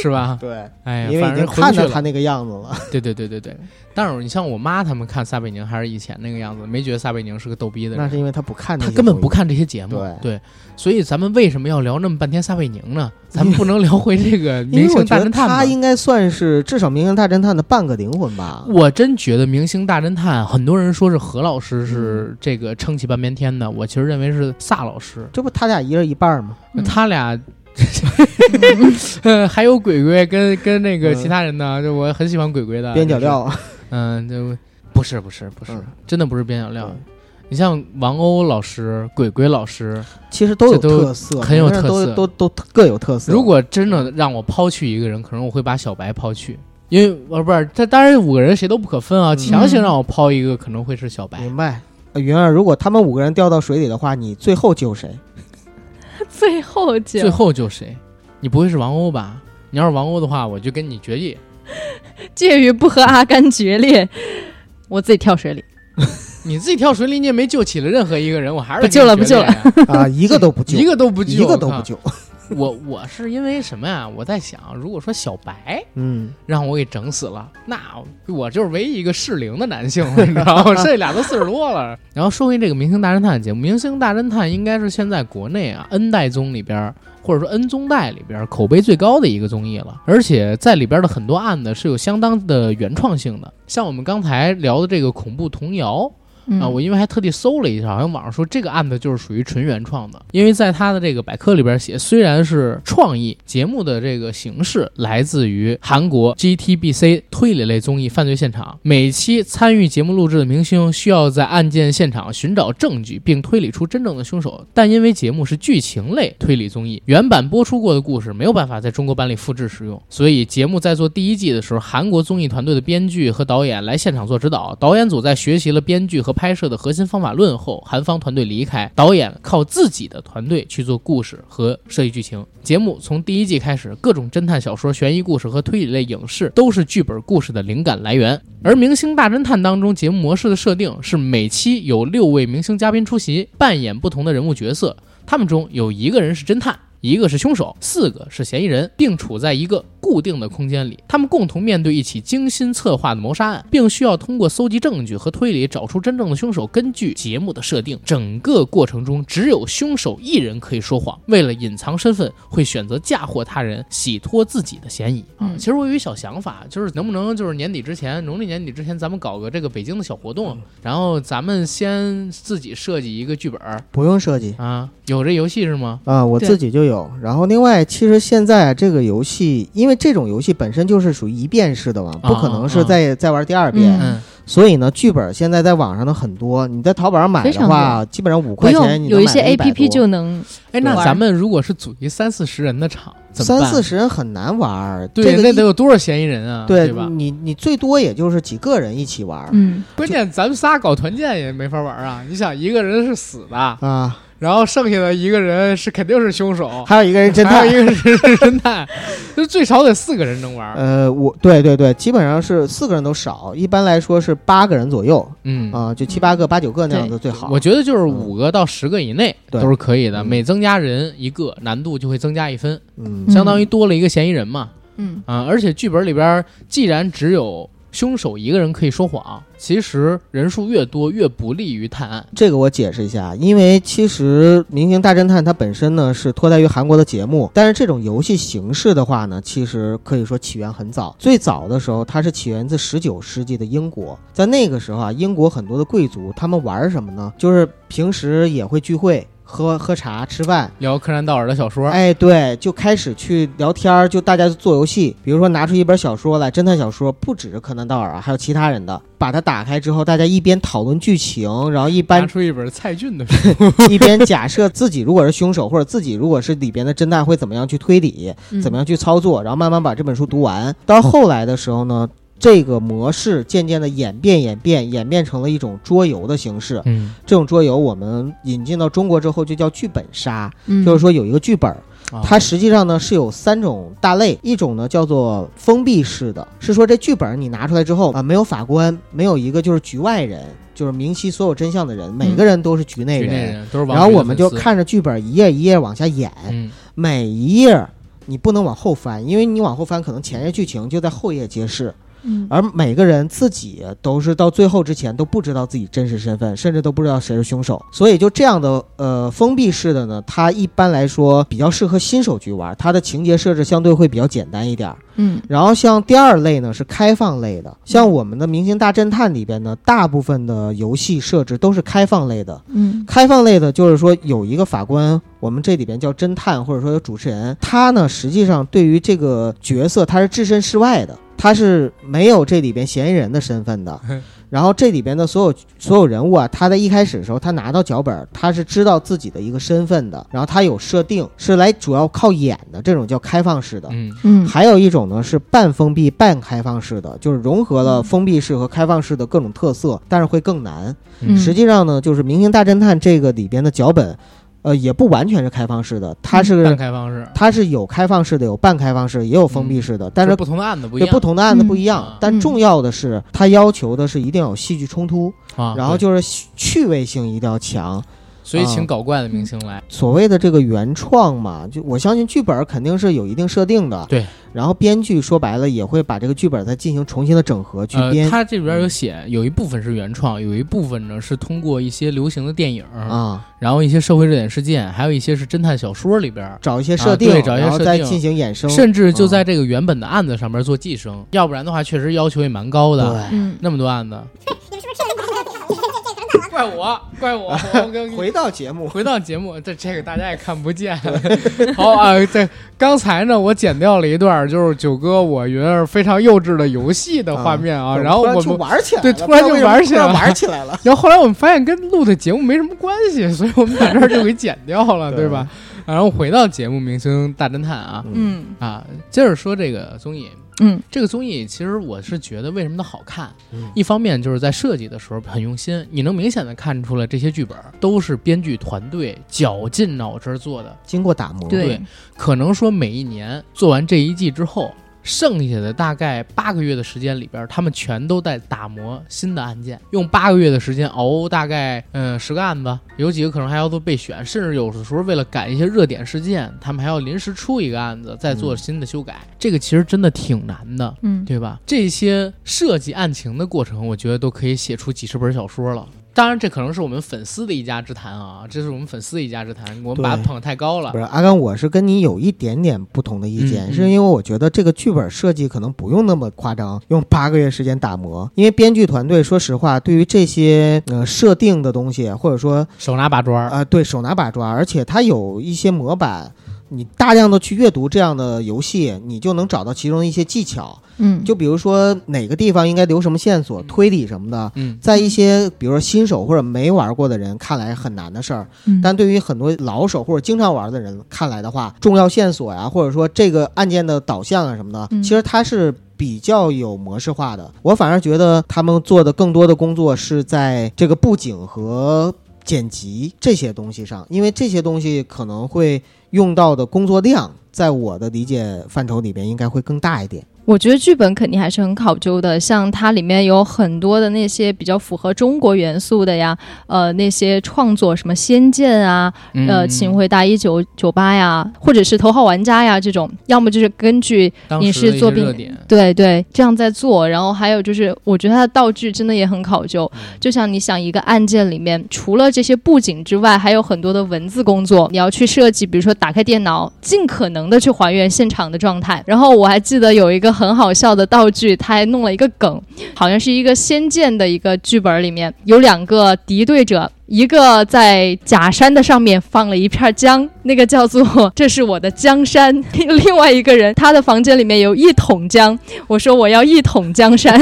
Speaker 1: 是吧？
Speaker 2: 对，
Speaker 1: 哎呀，
Speaker 2: 因为
Speaker 1: 反
Speaker 2: 已
Speaker 1: 正
Speaker 2: 经
Speaker 1: 回不
Speaker 2: 看
Speaker 1: 去
Speaker 2: 到
Speaker 1: 了
Speaker 2: 他。那个样子了。
Speaker 1: 对对对对对。但是你像我妈他们看撒贝宁还是以前那个样子，没觉得撒贝宁是个逗逼的
Speaker 2: 那
Speaker 1: 人，
Speaker 2: 是因为他不看那
Speaker 1: 她
Speaker 2: 些综艺，
Speaker 1: 根本不看这些节目。
Speaker 2: 对
Speaker 1: 对，所以咱们为什么要聊那么半天撒贝宁
Speaker 2: [LAUGHS]
Speaker 1: 呢？咱们不能聊回这个
Speaker 2: 因
Speaker 1: 明
Speaker 2: 为我
Speaker 1: 星
Speaker 2: 觉
Speaker 1: 大
Speaker 2: 得
Speaker 1: 侦探吗？
Speaker 2: 他应该算是至少《明星大侦探》的半个灵魂吧。
Speaker 1: 我真觉得《明星大侦探》，很多人说是何老师是这个撑起半边天的，我其实认为是萨老师，
Speaker 2: 这不他俩一人一半儿吗？
Speaker 4: 嗯
Speaker 1: 他俩。呃还有鬼鬼跟跟那个
Speaker 2: 嗯
Speaker 1: 其他人呢，就我很喜欢鬼鬼的
Speaker 2: 边角，料啊，
Speaker 1: 就是嗯，就不是不是不是
Speaker 2: 嗯，
Speaker 1: 真的不是边角料
Speaker 2: 嗯。
Speaker 1: 你像王鸥老师、鬼鬼老师，
Speaker 2: [LAUGHS] 其实都有
Speaker 1: 这都
Speaker 2: 特色，
Speaker 1: 很有
Speaker 2: 每个人
Speaker 1: 特色
Speaker 2: 都都都各有特色。
Speaker 1: 如果真的让我抛去一个人，可能我会把小白抛去，因因为我不是，这当然五个人谁都不可分啊，
Speaker 2: 嗯
Speaker 1: 强行让我抛一个可能会是小白，
Speaker 2: 明白。呃云儿，如果他们五个人掉到水里的话，你最后救谁？
Speaker 4: 最后就
Speaker 1: 最后就谁？你不会是王鸥吧？你要是王鸥的话，我就跟你决议，
Speaker 4: 介于不和阿甘决裂，我自己跳水里。
Speaker 1: 你自己跳水里你也没救起了任何一个人，我还是
Speaker 4: 不救了
Speaker 1: 跟你
Speaker 4: 不救了
Speaker 1: 决裂呀， [LAUGHS]
Speaker 2: 啊，一个都不救，
Speaker 1: 一个都不救，啊
Speaker 2: 一个都
Speaker 1: 我
Speaker 2: 不
Speaker 1: 靠
Speaker 2: 救。
Speaker 1: 我我是因为什么呀？我在想，如果说小白
Speaker 2: 嗯，
Speaker 1: 让我给整死了，那我就是唯一一个适龄的男性了，你知道吗？剩 [LAUGHS] 下俩都四十多了。然后说回这个《明星大侦探》节目，《明星大侦探》应该是现在国内啊 N 代综里边儿，或者说 N 综代里边儿口碑最高的一个综艺了，而且在里边的很多案子是有相当的原创性的，像我们刚才聊的这个恐怖童谣，
Speaker 4: 嗯
Speaker 1: 啊，我因为还特地搜了一下，好像网上说这个案子就是属于纯原创的，因为在他的这个百科里边写，虽然是创意节目的这个形式来自于韩国 GTBC 推理类综艺《犯罪现场》，每期参与节目录制的明星需要在案件现场寻找证据，并推理出真正的凶手。但因为节目是剧情类推理综艺，原版播出过的故事没有办法在中国版里复制使用，所以节目在做第一季的时候，韩国综艺团队的编剧和导演来现场做指导。导演组在学习了编剧和拍摄的核心方法论后，韩方团队离开，导演靠自己的团队去做故事和设计剧情。节目从第一季开始，各种侦探小说、悬疑故事和推理类影视都是剧本故事的灵感来源。而《明星大侦探》当中，节目模式的设定是每期有六位明星嘉宾出席，扮演不同的人物角色。他们中有一个人是侦探，一个是凶手，四个是嫌疑人，并处在一个固定的空间里。他们共同面对一起精心策划的谋杀案，并需要通过搜集证据和推理找出真正的凶手。根据节目的设定，整个过程中只有凶手一人可以说谎，为了隐藏身份，会选择嫁祸他人，洗脱自己的嫌疑。啊，
Speaker 4: 嗯
Speaker 1: 其实我有一小想法，就是能不能就是年底之前，农历年底之前，咱们搞个这个北京的小活动，然后咱们先自己设计一个剧本儿
Speaker 2: 不用设计
Speaker 1: 啊，有这游戏是吗？
Speaker 2: 啊，我
Speaker 4: 对
Speaker 2: 自己就有。然后另外，其实现在这个游戏，因为这种游戏本身就是属于一遍式的嘛，不可能
Speaker 1: 啊
Speaker 2: 是
Speaker 1: 啊
Speaker 2: 再再玩第二遍，
Speaker 1: 嗯，
Speaker 2: 所以呢，剧本现在在网上的很多，你在淘宝上买
Speaker 4: 非
Speaker 2: 的
Speaker 4: 常
Speaker 2: 话，基本上五
Speaker 4: 不
Speaker 2: 块钱
Speaker 4: 用
Speaker 2: 你
Speaker 4: 有
Speaker 2: 能
Speaker 4: 一
Speaker 2: 买
Speaker 4: 些
Speaker 2: 个
Speaker 4: A
Speaker 2: 100
Speaker 4: P
Speaker 2: 多
Speaker 4: P 就能
Speaker 1: 哎，那
Speaker 4: 玩
Speaker 1: 咱们如果是组一三四十人的场，怎么
Speaker 2: 三
Speaker 1: 办？
Speaker 2: 四十人很难玩儿，
Speaker 1: 对，
Speaker 2: 这个
Speaker 1: 那
Speaker 2: 一
Speaker 1: 得有多少嫌疑人啊？对
Speaker 2: 对嗯
Speaker 1: 吧？
Speaker 2: 你你最多也就是几个人一起玩儿、
Speaker 4: 嗯
Speaker 1: 关键咱们仨搞团建也没法玩啊！你想，一个人是死的，
Speaker 2: 啊，
Speaker 1: 然后剩下的一个人是肯定是凶手，
Speaker 2: 还有一个人侦
Speaker 1: 还
Speaker 2: 探
Speaker 1: 有。一个人是侦探，就最少得四个人能玩。
Speaker 2: 呃，我对对对，基本上是四个人都少，一般来说是八个人左右
Speaker 1: 嗯，
Speaker 2: 啊、就七八个、八九个那样子最好。
Speaker 1: 我觉得就是五个到十个以内
Speaker 2: 对
Speaker 1: 都是可以的，
Speaker 2: 嗯
Speaker 1: 每增加人一个，难度就会增加一分，
Speaker 2: 嗯
Speaker 4: 嗯
Speaker 1: 相当于多了一个嫌疑人嘛。
Speaker 4: 嗯，
Speaker 1: 啊、而且剧本里边儿既然只有凶手一个人可以说谎，其实人数越多越不利于探案。
Speaker 2: 这个我解释一下，因为其实《明星大侦探》它本身呢是脱胎于韩国的节目，但是这种游戏形式的话呢，其实可以说起源很早。最早的时候，它是起源自19世纪的英国，在那个时候啊，英国很多的贵族他们玩什么呢？就是平时也会聚会。喝喝茶、吃饭，
Speaker 1: 聊柯南道尔的小说，
Speaker 2: 哎，对，就开始去聊天儿，就大家就做游戏，比如说拿出一本小说来，侦探小说，不只是柯南道尔啊，还有其他人的，把它打开之后，大家一边讨论剧情，然后一
Speaker 1: 搬
Speaker 2: 边
Speaker 1: 出一本蔡骏的书。
Speaker 2: [LAUGHS] 一边假设自己如果是凶手，或者自己如果是里边的侦探，会怎么样去推理，
Speaker 4: 嗯
Speaker 2: 怎么样去操作，然后慢慢把这本书读完。到后来的时候呢，这个模式渐渐的演变、演变、演变成了一种桌游的形式。
Speaker 1: 嗯，
Speaker 2: 这种桌游我们引进到中国之后，就叫剧本杀，
Speaker 4: 嗯？
Speaker 2: 就是说有一个剧本，它
Speaker 1: 他
Speaker 2: 实际上呢是有三种大类，一种呢叫做封闭式的，是说这剧本你拿出来之后啊、没有法官，没有一个就是局外人，就是明晰所有真相的人，每个人都是局内
Speaker 1: 局
Speaker 2: 人。
Speaker 1: 内人都是王
Speaker 2: 然后
Speaker 1: 菲的
Speaker 2: 我们就
Speaker 1: 粉丝，
Speaker 2: 看着剧本一页一页往下演，
Speaker 1: 嗯，
Speaker 2: 每一页你不能往后翻，因为你往后翻，可能前页剧情就在后页揭示。
Speaker 4: 嗯
Speaker 2: 而每个人自己都是到最后之前都不知道自己真实身份，甚至都不知道谁是凶手。所以就这样的呃封闭式的呢，它一般来说比较适合新手去玩，它的情节设置相对会比较简单一点儿。
Speaker 4: 嗯
Speaker 2: 然后像第二类呢是开放类的，像我们的《明星大侦探》里边呢，大部分的游戏设置都是开放类的，
Speaker 4: 嗯
Speaker 2: 开放类的，就是说有一个法官，我们这里边叫侦探，或者说有主持人，他呢实际上对于这个角色他是置身事外的，他是没有这里边嫌疑人的身份的。然后这里边的所有所有人物啊，他在一开始的时候，他拿到脚本，他是知道自己的一个身份的。然后他有设定，是来主要靠演的，这种叫开放式的。
Speaker 1: 嗯
Speaker 4: 嗯
Speaker 2: 还有一种呢是半封闭、半开放式的，就是融合了封闭式和开放式的各种特色，但是会更难。
Speaker 4: 嗯
Speaker 2: 实际上呢，就是《明星大侦探》这个里边的脚本，呃，也不完全是开放式的，它
Speaker 1: 嗯半
Speaker 2: 是
Speaker 1: 开放式，
Speaker 2: 它是有开放式的，有半开放式的，也有封闭式的，但。
Speaker 1: 就是嗯不同的案子不一
Speaker 2: 对
Speaker 1: 样，
Speaker 2: 不同的案子不
Speaker 1: 嗯
Speaker 2: 一样，但重要的是，它要求的是一定要有戏剧冲突，
Speaker 1: 啊。
Speaker 2: 然后
Speaker 1: 对，
Speaker 2: 就是趣趣味性一定要强。
Speaker 1: 所以请
Speaker 2: 啊
Speaker 1: 搞怪的明星来，
Speaker 2: 所谓的这个原创嘛，就我相信剧本肯定是有一定设定的，
Speaker 1: 对。
Speaker 2: 然后编剧说白了也会把这个剧本再进行重新的整合去
Speaker 1: 呃
Speaker 2: 编，
Speaker 1: 他这里边有写，有一部分是原创，有一部分呢是通过一些流行的电影，
Speaker 2: 啊，
Speaker 1: 然后一些社会热点事件，还有一些是侦探小说里边，
Speaker 2: 找一些
Speaker 1: 啊
Speaker 2: 设
Speaker 1: 对
Speaker 2: 定，
Speaker 1: 找一些
Speaker 2: 然后
Speaker 1: 设
Speaker 2: 再
Speaker 1: 定
Speaker 2: 进行衍生，
Speaker 1: 甚至就
Speaker 2: 嗯
Speaker 1: 在这个原本的案子上面做寄生，要不然的话，确实要求也蛮高的。
Speaker 2: 对。
Speaker 4: 嗯
Speaker 1: 那么多案子，怪我，怪我， [LAUGHS] 我跟
Speaker 2: 回到节目，
Speaker 1: 回到节目，这这个大家也看不见。好啊，这刚才呢，我剪掉了一段，就是九哥我觉得非常幼稚的游戏的画面啊，然后我
Speaker 2: 嗯突然就
Speaker 1: 们。
Speaker 2: 玩起来了，
Speaker 1: 对突然就
Speaker 2: 不知道为什么
Speaker 1: 玩起来了
Speaker 2: 突然玩起来了。
Speaker 1: 然后后来我们发现跟录的节目没什么关系，所以我们把这儿就给剪掉 [LAUGHS] 了，
Speaker 2: 对
Speaker 1: 对吧？然后回到节目《明星大侦探》啊
Speaker 4: 嗯
Speaker 1: 啊，接着说这个综艺，
Speaker 4: 嗯
Speaker 1: 这个综艺其实我是觉得为什么它好看，
Speaker 2: 嗯
Speaker 1: 一方面就是在设计的时候很用心，你能明显的看出来这些剧本都是编剧团队绞尽脑汁做的。
Speaker 2: [LAUGHS] 经过打磨，
Speaker 4: 对
Speaker 1: 对可能说每一年做完这一季之后，剩下的大概八个月的时间里边，他们全都在打磨新的案件，用八个月的时间熬大概嗯十个案子，有几个可能还要做备选，甚至有的时候为了赶一些热点事件，他们还要临时出一个案子再做
Speaker 2: 嗯
Speaker 1: 新的修改，这个其实真的挺难的。
Speaker 4: 嗯
Speaker 1: 对吧？这些设计案情的过程，我觉得都可以写出几十本小说了。当然，这可能是我们粉丝的一家之谈啊，这是我们粉丝的一家之谈，我们
Speaker 2: 对
Speaker 1: 把它捧得太高了
Speaker 2: 不。是阿甘，我是跟你有一点点不同的意见，
Speaker 1: 嗯
Speaker 2: 是因为我觉得这个剧本设计可能不用那么夸张，用八个月时间打磨。因为编剧团队说实话，对于这些呃设定的东西，或者说
Speaker 1: 手拿把抓儿，
Speaker 2: 啊、对手拿把抓，而且它有一些模板，你大量的去阅读这样的游戏，你就能找到其中的一些技巧。
Speaker 4: 嗯
Speaker 2: 就比如说哪个地方应该留什么线索、
Speaker 1: 嗯
Speaker 2: 推理什么的，
Speaker 1: 嗯，
Speaker 2: 在一些比如说新手或者没玩过的人看来很难的事儿，
Speaker 4: 嗯
Speaker 2: 但对于很多老手或者经常玩的人看来的话，重要线索呀、啊或者说这个案件的导向啊什么的，
Speaker 4: 嗯
Speaker 2: 其实它是比较有模式化的。我反而觉得他们做的更多的工作是在这个布景和剪辑这些东西上，因为这些东西可能会用到的工作量，在我的理解范畴里边应该会更大一点。
Speaker 4: 我觉得剧本肯定还是很考究的，像它里面有很多的那些比较符合中国元素的呀，呃，那些创作什么《仙剑》啊，
Speaker 1: 嗯
Speaker 4: 呃，《请回答一九九八》呀，或者是《头号玩家》呀这种，要么就是根据
Speaker 1: 当
Speaker 4: 影
Speaker 1: 时的
Speaker 4: 视
Speaker 1: 一
Speaker 4: 作
Speaker 1: 些
Speaker 4: 品
Speaker 1: 热点，
Speaker 4: 对对这样在做，然后还有就是，我觉得它的道具真的也很考究，就像你想一个案件里面，除了这些布景之外，还有很多的文字工作，你要去设计，比如说打开电脑，尽可能的去还原现场的状态。然后我还记得有一个很好笑的道具，他还弄了一个梗，好像是一个《仙剑》的一个剧本里面有两个敌对者。一个在假山的上面放了一片姜，那个叫做“这是我的江山”；另外一个人，他的房间里面有一桶姜。我说我要一桶
Speaker 1: [LAUGHS]
Speaker 4: 江山，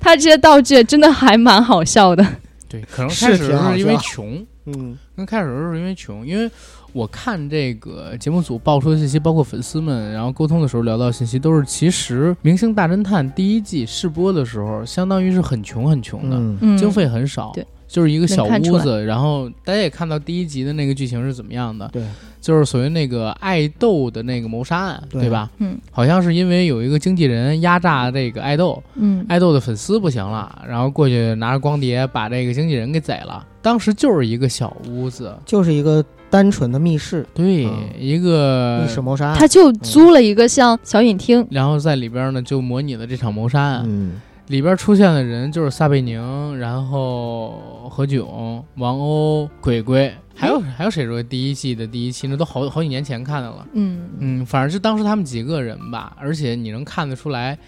Speaker 4: 他这些道具真的还蛮好笑的。
Speaker 1: 对，可能
Speaker 2: 是
Speaker 1: 开始
Speaker 2: 挺
Speaker 4: 啊
Speaker 2: 好
Speaker 1: 是因为
Speaker 2: 笑
Speaker 1: 穷，
Speaker 2: 嗯，
Speaker 1: 那开始是因为穷，因为我看这个节目组爆出的信息，包括粉丝们，然后沟通的时候聊到的信息，都是其实《明星大侦探》第一季试播的时候，相当于是很穷很穷的，
Speaker 2: 嗯
Speaker 4: 嗯，
Speaker 1: 经费很少，
Speaker 4: 对
Speaker 1: 就是一个小
Speaker 4: 能看出
Speaker 1: 屋
Speaker 4: 来
Speaker 1: 子。然后大家也看到第一集的那个剧情是怎么样的，
Speaker 2: 对，
Speaker 1: 就是所谓那个爱豆的那个谋杀案，
Speaker 2: 对
Speaker 1: 吧？
Speaker 4: 嗯，
Speaker 1: 好像是因为有一个经纪人压榨这个爱豆，
Speaker 4: 嗯
Speaker 1: 爱豆的粉丝不行了，然后过去拿着光碟把这个经纪人给宰了。当时就是一个小屋子，
Speaker 2: 就是一个单纯的密室。
Speaker 1: 对，
Speaker 2: 嗯
Speaker 1: 一个
Speaker 2: 密室谋杀案，
Speaker 4: 他就租了一个像小影厅，
Speaker 1: 然后在里边呢就模拟了这场谋杀案，
Speaker 2: 嗯，
Speaker 1: 里边出现的人就是撒贝宁，然后何炅、王鸥、鬼鬼，还有、还有谁说第一季的第一期那都好好几年前看的了，
Speaker 4: 嗯
Speaker 1: 嗯，反正就当时他们几个人吧，而且你能看得出来。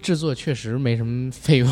Speaker 1: 制作确实没什么费用，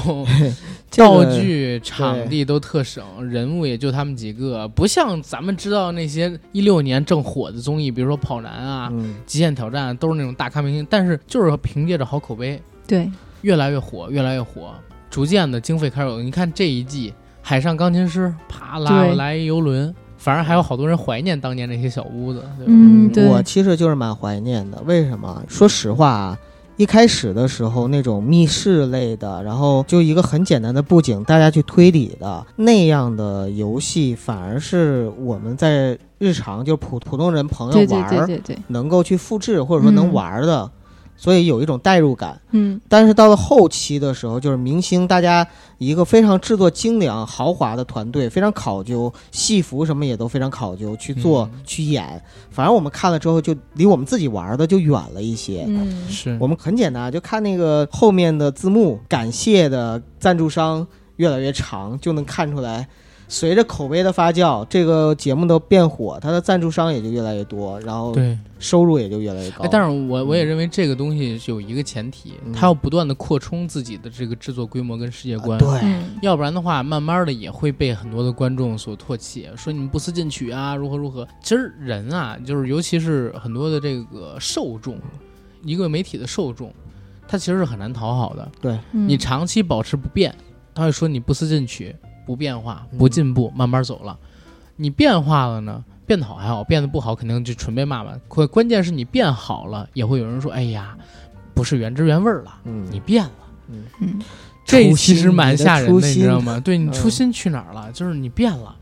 Speaker 2: [LAUGHS] 这
Speaker 1: 道
Speaker 2: 个
Speaker 1: 具、场地都特省，人物也就他们几个，不像咱们知道那些一六年正火的综艺，比如说《跑男》啊，
Speaker 2: 嗯
Speaker 1: 极限挑战都是那种大咖明星，但是就是凭借着好口碑，
Speaker 4: 对，
Speaker 1: 越来越火，越来越火，逐渐的经费开始有。你看这一季《海上钢琴师》，啪拉
Speaker 4: 对
Speaker 1: 来一游轮，反正
Speaker 2: 嗯
Speaker 1: 还有好多人怀念当年那些小屋子。对吧
Speaker 4: 嗯，对，
Speaker 2: 我其实就是蛮怀念的。为什么？说实话啊，一开始的时候那种密室类的，然后就一个很简单的布景，大家去推理的那样的游戏，反而是我们在日常就普普通人
Speaker 1: 嗯
Speaker 2: 朋友
Speaker 4: 对
Speaker 2: 玩
Speaker 4: 对
Speaker 2: 儿
Speaker 4: 对对对，
Speaker 2: 能够去复制或者说能
Speaker 4: 嗯
Speaker 2: 玩儿的，所以有一种代入感。
Speaker 4: 嗯，
Speaker 2: 但是到了后期的时候，就是明星大家一个非常制作精良、豪华的团队，非常考究，戏服什么也都非常考究去做、
Speaker 1: 嗯
Speaker 2: 去演。反正我们看了之后，就离我们自己玩的就远了一
Speaker 1: 哎
Speaker 2: 些。
Speaker 4: 嗯，
Speaker 1: 是
Speaker 2: 我们很简单，就看那个后面的字幕，感谢的赞助商越来越长，就能看出来。随着口碑的发酵，这个节目的变火，它的赞助商也就越来越多，然后
Speaker 1: 对。
Speaker 2: 收入也就越来越高
Speaker 1: 哎。但是我我也
Speaker 2: 嗯
Speaker 1: 认为这个东西是有一个前提，
Speaker 2: 嗯
Speaker 1: 它要不断的扩充自己的这个制作规模跟世界观。
Speaker 2: 啊对，
Speaker 4: 嗯
Speaker 1: 要不然的话，慢慢的也会被很多的观众所唾弃，说你们不思进取啊，如何如何。其实人啊，就是尤其是很多的这个受众，一个媒体的受众，他其实是很难讨好的。
Speaker 4: 嗯
Speaker 1: 你长期保持不变，他会说你不思进取、不变化、不进步，慢慢走了。你变化了呢，变得好还好，变得不好肯定就纯被骂嘛。关关键是你变好了，也会有人说，哎呀，不是原汁原味儿了，
Speaker 2: 嗯，
Speaker 1: 你变了。
Speaker 4: 嗯
Speaker 1: 这其实蛮吓人
Speaker 2: 初
Speaker 1: 的，
Speaker 2: 心
Speaker 1: 你知道吗？对你
Speaker 2: 嗯
Speaker 1: 初心去哪儿了？就是你变了，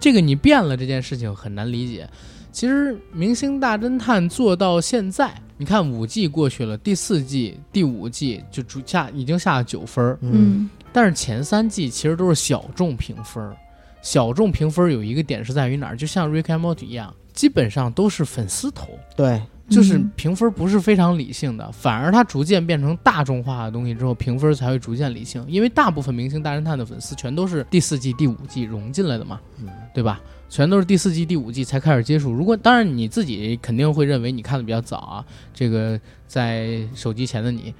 Speaker 1: 这个你变了这件事情很难理解。其实《明星大侦探》做到现在，你看五季过去了，第四季、第五季就逐下已经下了九分儿，
Speaker 2: 嗯
Speaker 4: 嗯
Speaker 1: 但是前三季其实都是小众评分儿。小众评分儿有一个点是在于哪儿？就像《Rick and Morty》一样，基本上都是粉丝投。
Speaker 2: 对，
Speaker 1: 就是
Speaker 4: 嗯
Speaker 1: 评分不是非常理性的，反而它逐渐变成大众化的东西之后，评分才会逐渐理性。因为大部分《明星大侦探》的粉丝全都是第四季、第五季融进来的嘛，
Speaker 2: 嗯
Speaker 1: 对吧？全都是第四季、第五季才开始接触。如果当然你自己肯定会认为你看的比较早啊，这个在手机前的你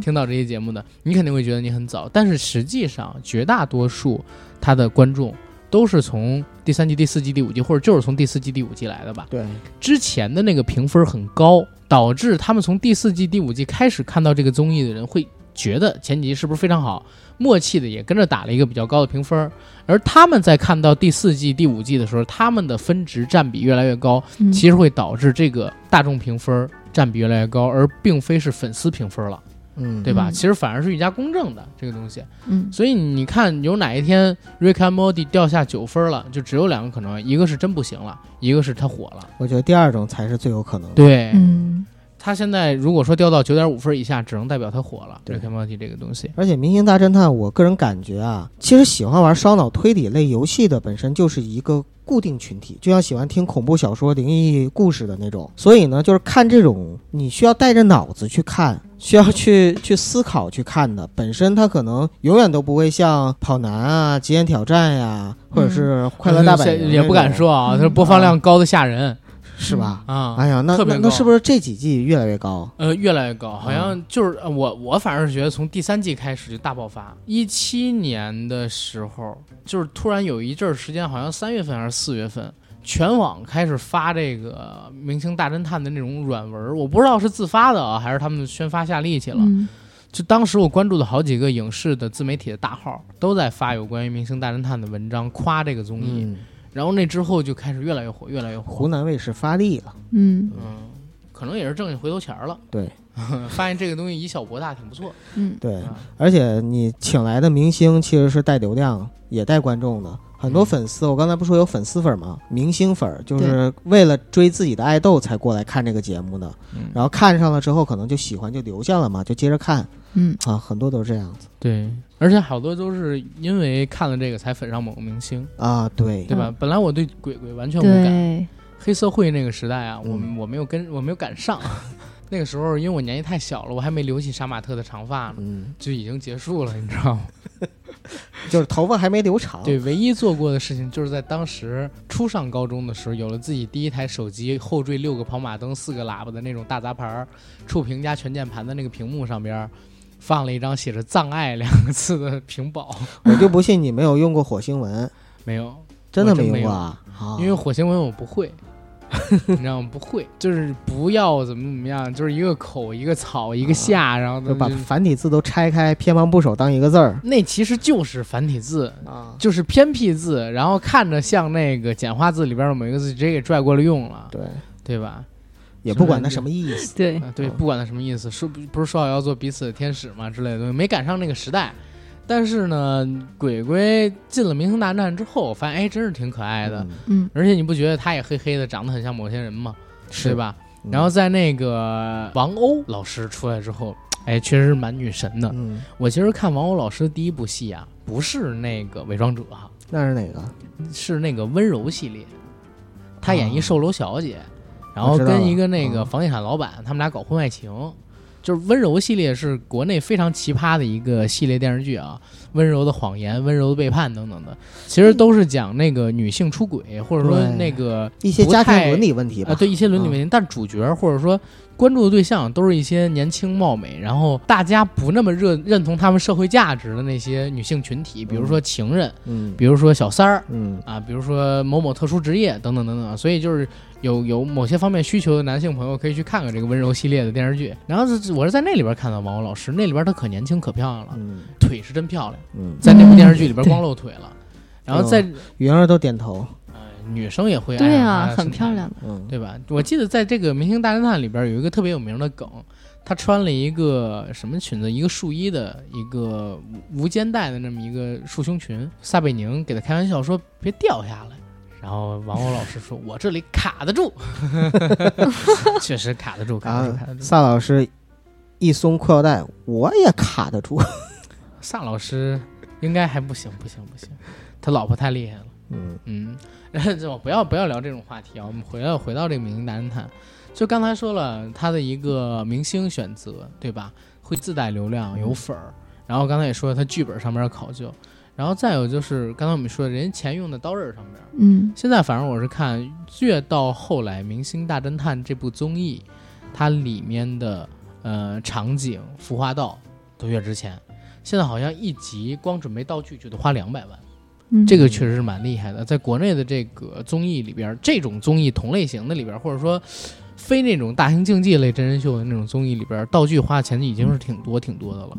Speaker 1: [LAUGHS] 听到这些节目的，你肯定会觉得你很早。但是实际上，绝大多数他的观众都是从第三季、第四季、第五季，或者就是从第四季、第五季来的吧。
Speaker 2: 对，
Speaker 1: 之前的那个评分很高，导致他们从第四季、第五季开始看到这个综艺的人会觉得前几集是不是非常好，默契的也跟着打了一个比较高的评分。而他们在看到第四季、第五季的时候，他们的分值占比越来越高，
Speaker 4: 嗯
Speaker 1: 其实会导致这个大众评分占比越来越高，而并非是粉丝评分了，
Speaker 2: 嗯
Speaker 1: 对吧？
Speaker 4: 嗯
Speaker 1: 其实反而是愈加公正的这个东西。
Speaker 4: 嗯
Speaker 1: 所以你看，有哪一天 Rick and Morty 掉下九分了，就只有两个可能，一个是真不行了，一个是他火了。
Speaker 2: 我觉得第二种才是最有可能的。
Speaker 1: 对，
Speaker 4: 嗯
Speaker 1: 他现在如果说掉到九点五分以下，只能代表他火了。
Speaker 2: 对
Speaker 1: Rick and Morty 这个东西，
Speaker 2: 而且《明星大侦探》，我个人感觉啊，其实喜欢玩烧脑推理类游戏的本身就是一个固定群体，就像喜欢听恐怖小说、灵异故事的那种。所以呢，就是看这种你需要带着脑子去看，需要去 [LAUGHS] 去思考去看的，本身它可能永远都不会像跑男啊、极限挑战呀、或者是快乐大本营那种、
Speaker 1: 呃也不敢说啊，
Speaker 4: 嗯
Speaker 1: 他播放量高的吓人
Speaker 2: 是吧？
Speaker 1: 啊。
Speaker 2: 哎呀，那
Speaker 1: 特别
Speaker 2: 那
Speaker 1: 高
Speaker 2: 那是不是这几季越来越高？
Speaker 1: 呃，越来越高，好像
Speaker 2: 嗯
Speaker 1: 就是呃我，我反而是觉得从第三季开始就大爆发。一七年的时候，就是突然有一阵儿时间，好像三月份还是四月份，全网开始发这个《明星大侦探》的那种软文儿，我不知道是自发的啊，还是他们宣发下力气了。
Speaker 4: 嗯
Speaker 1: 就当时我关注的好几个影视的自媒体的大号都在发有关于《明星大侦探》的文章，夸这个综艺。
Speaker 2: 嗯，
Speaker 1: 然后那之后就开始越来越火，越来越火。
Speaker 2: 湖南卫视发力了，
Speaker 4: 嗯
Speaker 1: 嗯，可能也是挣下回头钱儿了。
Speaker 2: 对，
Speaker 1: [LAUGHS] 发现这个东西以小博大，挺不错。
Speaker 4: 嗯
Speaker 2: 对。
Speaker 1: 啊
Speaker 2: 而且你请来的明星其实是带流量，也带观众的。
Speaker 1: 嗯
Speaker 2: 很多粉丝，我刚才不说有粉丝粉吗？明星粉儿就是为了追自己的爱豆才过来看这个节目的，
Speaker 1: 嗯
Speaker 2: 然后看上了之后可能就喜欢就留下了嘛，就接着看
Speaker 4: 嗯
Speaker 2: 啊，很多都是这样子
Speaker 1: 对，而且好多都是因为看了这个才粉上某个明星，
Speaker 2: 啊，对
Speaker 1: 对吧？本来我对鬼鬼完全无感，
Speaker 4: 对
Speaker 1: 黑社会那个时代啊，我
Speaker 2: 嗯
Speaker 1: 我没有跟我没有赶上。 [LAUGHS] 那个时候因为我年纪太小了，我还没留起杀马特的长发呢，
Speaker 2: 嗯，
Speaker 1: 就已经结束了，你知道吗？
Speaker 2: 就是头发还没留长，
Speaker 1: 对，唯一做过的事情就是在当时初上高中的时候，有了自己第一台手机，后缀六个跑马灯、四个喇叭的那种大杂牌儿，触屏加全键盘的那个屏幕上边儿，放了一张写着“葬爱”两个字的屏保。
Speaker 2: 我就不信你没
Speaker 1: [LAUGHS]
Speaker 2: 有用过火星文，
Speaker 1: 没有，
Speaker 2: 真的
Speaker 1: 我真
Speaker 2: 用
Speaker 1: 没有
Speaker 2: 过啊？啊
Speaker 1: 因为火星文我不会， [LAUGHS] 你知道吗？不会，就是不要怎么怎么样，就是一个口一个草一个下，然后
Speaker 2: 啊就
Speaker 1: 就
Speaker 2: 把繁体字都拆开，偏旁部首当一个字儿
Speaker 1: 那其实就是繁体字，
Speaker 2: 啊。
Speaker 1: 就是偏僻字，然后看着像那个简化字里边的某一个字，直接给拽过来用了，
Speaker 2: 对，
Speaker 1: 对吧？
Speaker 2: 也不管它什么意思。
Speaker 4: 对，
Speaker 1: 啊，对，
Speaker 2: 嗯
Speaker 1: 不管他什么意思，说不是说好要做彼此的天使嘛之类的东西，没赶上那个时代。但是呢，鬼鬼进了明星大战之后，发 [LAUGHS] 现哎，真是挺可爱的。
Speaker 2: 嗯，
Speaker 4: 嗯，
Speaker 1: 而且你不觉得他也黑黑的，长得很像某些人吗？
Speaker 2: 是
Speaker 1: 对？吧？
Speaker 2: 嗯
Speaker 1: 然后在那个王鸥老师出来之后，哎，确实蛮女神的。
Speaker 2: 嗯，
Speaker 1: 我其实看王鸥老师的第一部戏啊，不是那个伪装者啊，
Speaker 2: 那是哪个？
Speaker 1: 是那个温柔系列，她演一
Speaker 2: 哦
Speaker 1: 售楼小姐，然
Speaker 2: 我
Speaker 1: 后
Speaker 2: 知道
Speaker 1: 跟
Speaker 2: 了
Speaker 1: 一个那个
Speaker 2: 嗯
Speaker 1: 房地产老板，他们俩搞婚外情。就是温柔系列是国内非常奇葩的一个系列电视剧啊，温柔的谎言、温柔的背叛等等的，其实都是讲那个女性出轨，或者说
Speaker 2: 对
Speaker 1: 那个
Speaker 2: 一些
Speaker 1: 不
Speaker 2: 家庭
Speaker 1: 太
Speaker 2: 伦理问题吧。
Speaker 1: 啊，对一些
Speaker 2: 嗯
Speaker 1: 伦理问题，但主角或者说关注的对象都是一些年轻貌美，然后大家不那么认认同他们社会价值的那些女性群体，比如说情人，
Speaker 2: 嗯
Speaker 1: 比如说小三儿
Speaker 2: 嗯
Speaker 1: 啊，比如说某某特殊职业等等等等，所以就是有有某些方面需求的男性朋友可以去看看这个温柔系列的电视剧。然后是我是在那里边看到王鸥老师，那里边她可年轻可漂亮了，
Speaker 2: 嗯
Speaker 1: 腿是真漂亮，
Speaker 2: 嗯，
Speaker 1: 在那部电视剧里边
Speaker 4: 嗯
Speaker 1: 光露腿了，然后在、
Speaker 2: 云儿都点头。
Speaker 1: 呃女生也会爱
Speaker 4: 对
Speaker 1: 上
Speaker 4: 啊
Speaker 1: 她，的
Speaker 4: 很
Speaker 1: 哎身材
Speaker 4: 漂亮的。
Speaker 2: 嗯，
Speaker 1: 对吧？我记得在这个《明星大侦探》里边有一个特别有名的梗，她穿了一个什么裙子？一个束衣的一个无无肩带的那么一个束胸裙。撒贝宁给她开玩笑说：“别掉下来。”然后王鸥老师说：“我这里卡得住。”确实卡得住，卡得住，
Speaker 2: 啊
Speaker 1: 卡得，住。
Speaker 2: 萨老师一松裤腰带，我也卡得住。
Speaker 1: 萨老师应该还不行，不行，不行，他老婆太厉害了。
Speaker 2: 嗯
Speaker 1: 嗯， [LAUGHS] 然后就不要不要聊这种话题啊，我们回到回到这个明星大侦探，就刚才说了他的一个明星选择，对吧？会自带流量，有粉儿，然后刚才也说了他剧本上面的考究，然后再有就是刚才我们说的人家钱用的刀刃上面，
Speaker 4: 嗯
Speaker 1: 现在反正我是看越到后来《明星大侦探》这部综艺，它里面的呃场景服化道都越值钱，现在好像一集光准备道具就得花两百万。
Speaker 4: 嗯，
Speaker 1: 这个确实是蛮厉害的，在国内的这个综艺里边儿，这种综艺同类型的里边儿，或者说非那种大型竞技类真人秀的那种综艺里边儿，道具花的钱已经是挺多挺多的了，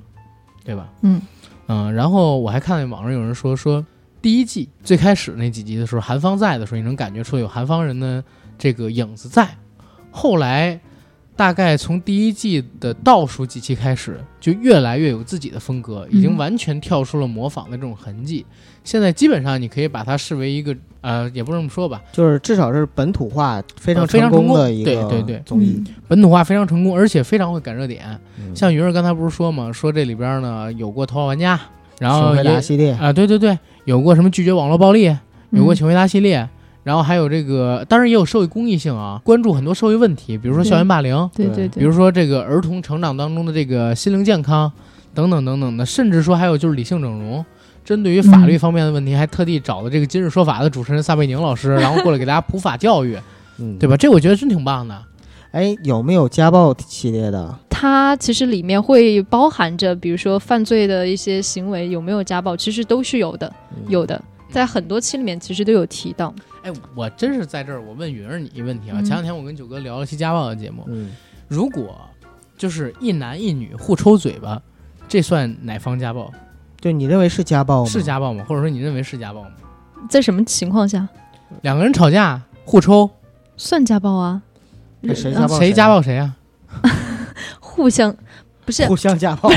Speaker 1: 对吧？
Speaker 4: 嗯
Speaker 1: 嗯，然后我还看见网上有人说说，第一季最开始那几集的时候，韩方在的时候，你能感觉出有韩方人的这个影子在，后来。大概从第一季的倒数几期开始，就越来越有自己的风格，已经
Speaker 4: 嗯
Speaker 1: 完全跳出了模仿的这种痕迹。现在基本上你可以把它视为一个呃，也不这么说吧，
Speaker 2: 就是至少是本土化非常
Speaker 1: 呃非常
Speaker 2: 功
Speaker 1: 成
Speaker 2: 的
Speaker 1: 功
Speaker 2: 一
Speaker 1: 对
Speaker 2: 个
Speaker 1: 对对
Speaker 2: 综艺。
Speaker 1: 本土化非常成功，而且非常会赶热点。
Speaker 2: 嗯
Speaker 1: 像云儿刚才不是说嘛，说这里边呢有过《头号玩家》，然后
Speaker 2: 请回
Speaker 1: 也
Speaker 2: 答
Speaker 1: 啊、
Speaker 2: 系列，
Speaker 1: 对对对，有过什么拒绝网络暴力，有过
Speaker 4: 嗯
Speaker 1: 请回答系列，然后还有这个，当然也有社会公益性啊，关注很多社会问题，比如说校园霸凌，
Speaker 4: 对
Speaker 2: 对
Speaker 4: 对
Speaker 1: 比
Speaker 4: 对，
Speaker 1: 如说这个儿童成长当中的这个心灵健康等等等等的，甚至说还有就是理性整容。针对于法律
Speaker 4: 嗯
Speaker 1: 方面的问题，还特地找了这个《今日说法》的主持人撒贝宁老师，然后过来给大家普法教育，
Speaker 2: 嗯，
Speaker 1: 对吧？这我觉得真挺棒的。
Speaker 2: 哎，有没有家暴系列的？
Speaker 4: 它其实里面会包含着，比如说犯罪的一些行为有没有家暴，其实都是有的，
Speaker 2: 嗯
Speaker 4: 有的，在很多期里面其实都有提到。
Speaker 1: 哎，我真是在这儿，我问云儿你一问题啊。
Speaker 4: 嗯
Speaker 1: 前两天我跟九哥聊了期家暴的节目，
Speaker 2: 嗯，
Speaker 1: 如果就是一男一女互抽嘴巴，这算哪方家暴？
Speaker 2: 就你认为是家暴吗？
Speaker 1: 是家暴吗？或者说你认为是家暴吗？
Speaker 4: 在什么情况下
Speaker 1: 两个人吵架互抽，
Speaker 4: 算家暴啊？
Speaker 2: 那谁家暴
Speaker 1: 谁家暴谁啊？
Speaker 4: 互相不是
Speaker 2: 互相家暴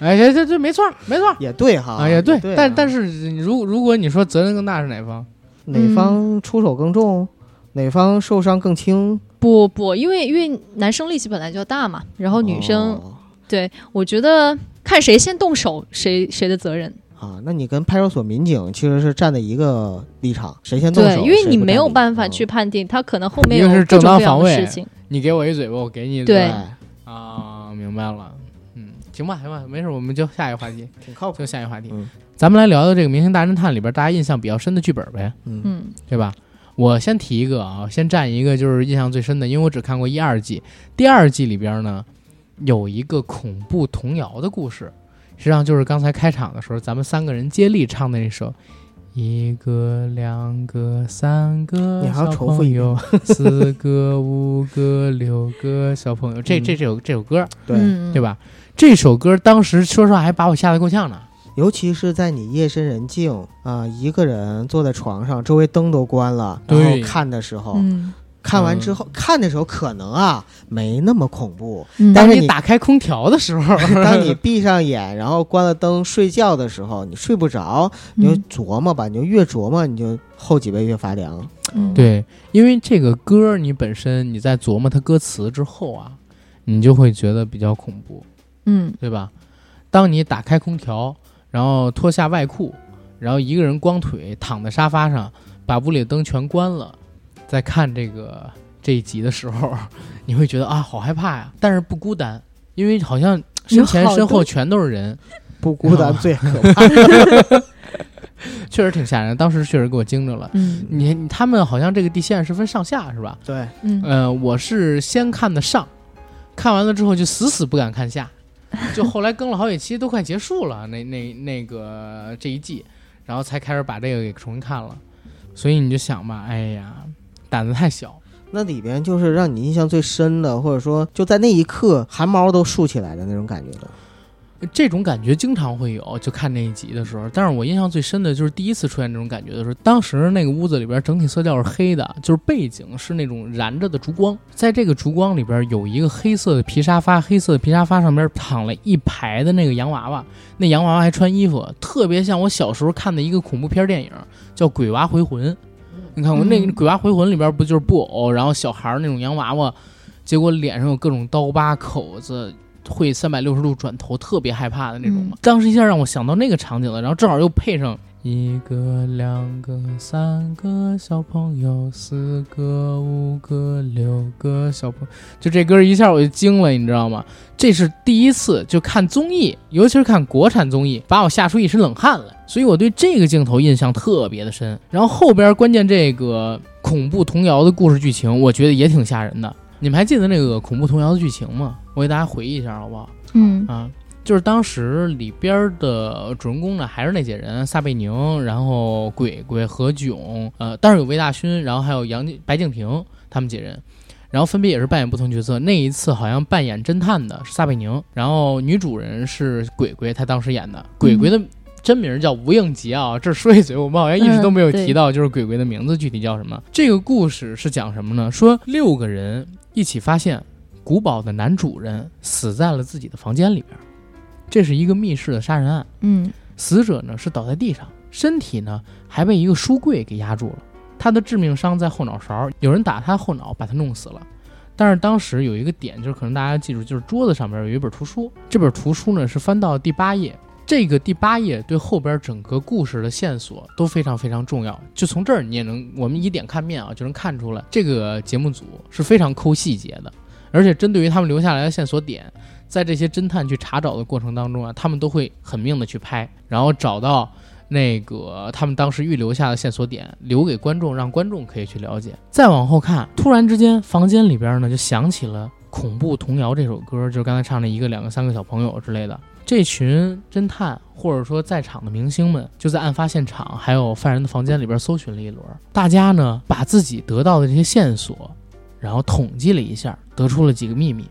Speaker 1: 哎，这这这没错儿，没错儿。
Speaker 2: 也对哈，
Speaker 1: 啊，也对，但但
Speaker 2: 是
Speaker 1: 是你如如果你说责任更大是哪方？
Speaker 2: 哪方出手更重，哪方受伤更轻？
Speaker 4: 不不，因为因为男生力气本来就大嘛，然后女生、
Speaker 2: 哦
Speaker 4: 对我觉得看谁先动手，谁谁的责任。
Speaker 2: 啊，那你跟派出所民警其实是站在一个立场，谁先动手，
Speaker 4: 对，因为
Speaker 2: 谁
Speaker 4: 你
Speaker 2: 不嗯哦
Speaker 4: 没
Speaker 2: 站
Speaker 4: 有
Speaker 2: 立
Speaker 4: 办法去。判定他可能后面
Speaker 1: 一
Speaker 4: 有
Speaker 1: 个是
Speaker 4: 各
Speaker 1: 正
Speaker 4: 种
Speaker 1: 当
Speaker 4: 各样
Speaker 1: 防
Speaker 4: 的
Speaker 1: 卫
Speaker 4: 事情。
Speaker 1: 你给我一嘴巴，我给你一
Speaker 2: 嗯
Speaker 4: 对
Speaker 1: 嘴
Speaker 2: 哎
Speaker 1: 巴啊，明白了。嗯，行吧，行吧，没事，我们就下一个话题，
Speaker 2: 挺靠谱。
Speaker 1: 就下一个话题。
Speaker 2: 嗯
Speaker 1: 咱们来聊聊这个《明星大侦探》里边大家印象比较深的剧本呗，
Speaker 2: 嗯
Speaker 4: 嗯
Speaker 1: 对吧？我先提一个啊，先占一个就是印象最深的，因为我只看过一二季，第二季里边呢有一个恐怖童谣的故事，实际上就是刚才开场的时候咱们三个人接力唱的那首《一个、两个、三个
Speaker 2: 你还要
Speaker 1: 小
Speaker 2: 重复
Speaker 1: 朋
Speaker 2: 一遍
Speaker 1: 友，四个、五个、六个小朋友，这这这首这首歌，
Speaker 2: 对，
Speaker 4: 嗯
Speaker 1: 对吧？这首歌当时说实话还把我吓得够呛呢。
Speaker 2: 尤其是在你夜深人静啊、一个人坐在床上，周围灯都关了，然
Speaker 1: 对
Speaker 2: 后看的时候，
Speaker 4: 嗯
Speaker 2: 看完之后、看的时候可能啊没那么恐怖，
Speaker 4: 嗯，
Speaker 2: 但
Speaker 1: 当
Speaker 2: 是
Speaker 1: 你
Speaker 2: 你
Speaker 1: 打开空调的时候，
Speaker 2: 当你闭上眼，然后关了灯睡觉的时候，你睡不着，
Speaker 4: 嗯
Speaker 2: 你就琢磨吧，你就越琢磨，你就后脊背越发凉。
Speaker 4: 嗯，
Speaker 1: 对，因为这个歌儿你本身你在琢磨它歌词之后啊，你就会觉得比较恐怖，
Speaker 4: 嗯
Speaker 1: 对吧？当你打开空调，然后脱下外裤，然后一个人光腿躺在沙发上，把屋里的灯全关了，再看这个这一集的时候，你会觉得啊，好害怕呀！但是不孤单，因为好像身前
Speaker 4: 有好
Speaker 1: 身后
Speaker 4: 多
Speaker 1: 全都是
Speaker 4: [LAUGHS]
Speaker 1: 人，
Speaker 2: 不孤单
Speaker 1: 哦
Speaker 2: 最可 [LAUGHS] 怕。
Speaker 1: 确实挺吓人。当时确实给我惊着了。
Speaker 4: 嗯
Speaker 1: 你你他们好像这个地线是分上下是吧？
Speaker 2: 对，
Speaker 4: 嗯，
Speaker 1: 呃，我是先看的上，看完了之后就死死不敢看下，就后来更了好几期，都快结束了，那那那个这一季，然后才开始把这个给重新看了。所以你就想吧，哎呀，胆子太小，
Speaker 2: 那里边就是让你印象最深的，或者说就在那一刻汗毛都竖起来的那种感觉的。
Speaker 1: 这种感觉经常会有。就看那一集的时候，但是我印象最深的就是第一次出现这种感觉的时候，当时那个屋子里边整体色调是黑的，就是背景是那种燃着的烛光，在这个烛光里边有一个黑色的皮沙发，黑色的皮沙发上边躺了一排的那个洋娃娃，那洋娃娃还穿衣服，特别像我小时候看的一个恐怖片电影，叫《鬼娃回魂》。你看过那个
Speaker 4: 嗯
Speaker 1: 《鬼娃回魂》里边不就是布偶，然后小孩儿那种洋娃娃，结果脸上有各种刀疤、口子，会三百六十度转头，特别害怕的那种嘛。
Speaker 4: 嗯
Speaker 1: 当时一下让我想到那个场景了，然后正好又配上。一个、两个、三个小朋友，四个、五个、六个小朋友，就这歌一下我就惊了，你知道吗？这是第一次就看综艺，尤其是看国产综艺，把我吓出一身冷汗来。所以我对这个镜头印象特别的深。然后后边关键这个恐怖童谣的故事剧情，我觉得也挺吓人的。你们还记得那个恐怖童谣的剧情吗？我给大家回忆一下，好不好？
Speaker 4: 嗯
Speaker 1: 啊，就是当时里边的主人公呢，还是那些人，撒贝宁，然后鬼鬼、何炅，呃，当然有魏大勋，然后还有杨静白敬亭他们几人，然后分别也是扮演不同角色。那一次好像扮演侦探的是撒贝宁，然后女主人是鬼鬼，她当时演的鬼鬼的。真名叫吴应杰啊，这儿说一嘴，我们好像一直都没有
Speaker 4: 嗯对
Speaker 1: 提到，就是鬼鬼的名字具体叫什么。这个故事是讲什么呢？说六个人一起发现古堡的男主人死在了自己的房间里边儿，这是一个密室的杀人案。
Speaker 4: 嗯
Speaker 1: 死者呢是倒在地上，身体呢还被一个书柜给压住了。他的致命伤在后脑勺，有人打他后脑，把他弄死了。但是当时有一个点，就是可能大家记住，就是桌子上面有一本图书，这本图书呢是翻到第八页，这个第八页对后边整个故事的线索都非常非常重要。就从这儿你也能，我们以点看面啊，就能看出来这个节目组是非常抠细节的，而且针对于他们留下来的线索点，在这些侦探去查找的过程当中啊，他们都会狠命的去拍，然后找到那个他们当时预留下的线索点，留给观众，让观众可以去了解。再往后看，突然之间，房间里边呢就响起了《恐怖童谣》这首歌，就是刚才唱的一个、两个、三个小朋友之类的。这群侦探或者说在场的明星们，就在案发现场还有犯人的房间里边搜寻了一轮。大家呢，把自己得到的这些线索，然后统计了一下，得出了几个秘密。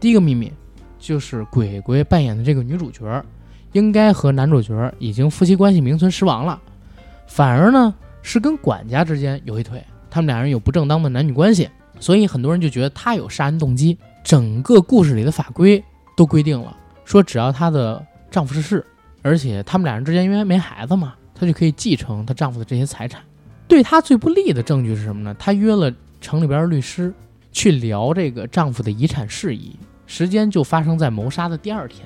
Speaker 1: 第一个秘密就是鬼鬼扮演的这个女主角，应该和男主角已经夫妻关系名存实亡了，反而呢是跟管家之间有一腿，他们俩人有不正当的男女关系，所以很多人就觉得他有杀人动机。整个故事里的法规都规定了，说只要她的丈夫逝世，而且他们俩人之间因为没孩子嘛，她就可以继承她丈夫的这些财产。对她最不利的证据是什么呢？她约了城里边的律师去聊这个丈夫的遗产事宜，时间就发生在谋杀的第二天，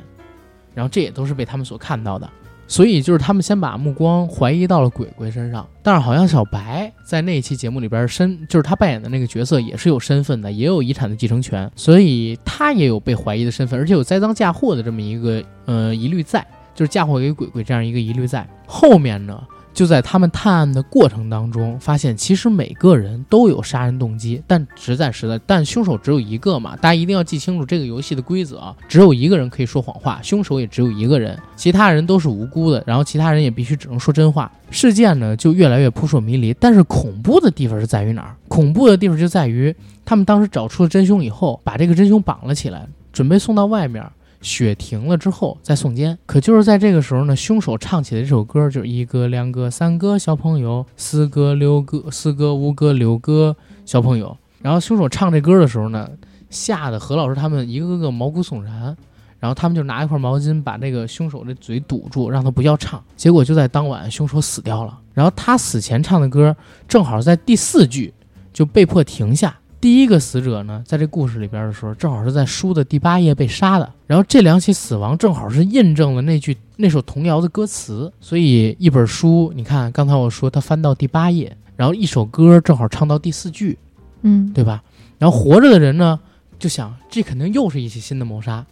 Speaker 1: 然后这也都是被他们所看到的。所以就是他们先把目光怀疑到了鬼鬼身上，但是好像小白在那一期节目里边身，就是他扮演的那个角色也是有身份的，也有遗产的继承权，所以他也有被怀疑的身份，而且有栽赃嫁祸的这么一个呃疑虑在，就是嫁祸给鬼鬼这样一个疑虑在。后面呢，就在他们探案的过程当中，发现其实每个人都有杀人动机，但只在实在，但凶手只有一个嘛。大家一定要记清楚这个游戏的规则啊，只有一个人可以说谎话，凶手也只有一个人，其他人都是无辜的，然后其他人也必须只能说真话。事件呢就越来越扑朔迷离，但是恐怖的地方是在于哪儿？恐怖的地方就在于他们当时找出了真凶以后，把这个真凶绑了起来，准备送到外面。雪停了之后再送监，可就是在这个时候呢，凶手唱起的这首歌就是一哥、两哥、三哥小朋友，四哥、六哥、四哥、五哥、六哥小朋友。然后凶手唱这歌的时候呢，吓得何老师他们一个个毛骨悚然。然后他们就拿一块毛巾把那个凶手的嘴堵住，让他不要唱。结果就在当晚，凶手死掉了。然后他死前唱的歌正好在第四句就被迫停下。第一个死者呢，在这故事里边的时候，正好是在书的第八页被杀的。然后这两起死亡正好是印证了那句那首童谣的歌词。所以一本书，你看刚才我说他翻到第八页，然后一首歌正好唱到第四句，
Speaker 4: 嗯，
Speaker 1: 对吧？然后活着的人呢，就想这肯定又是一起新的谋杀，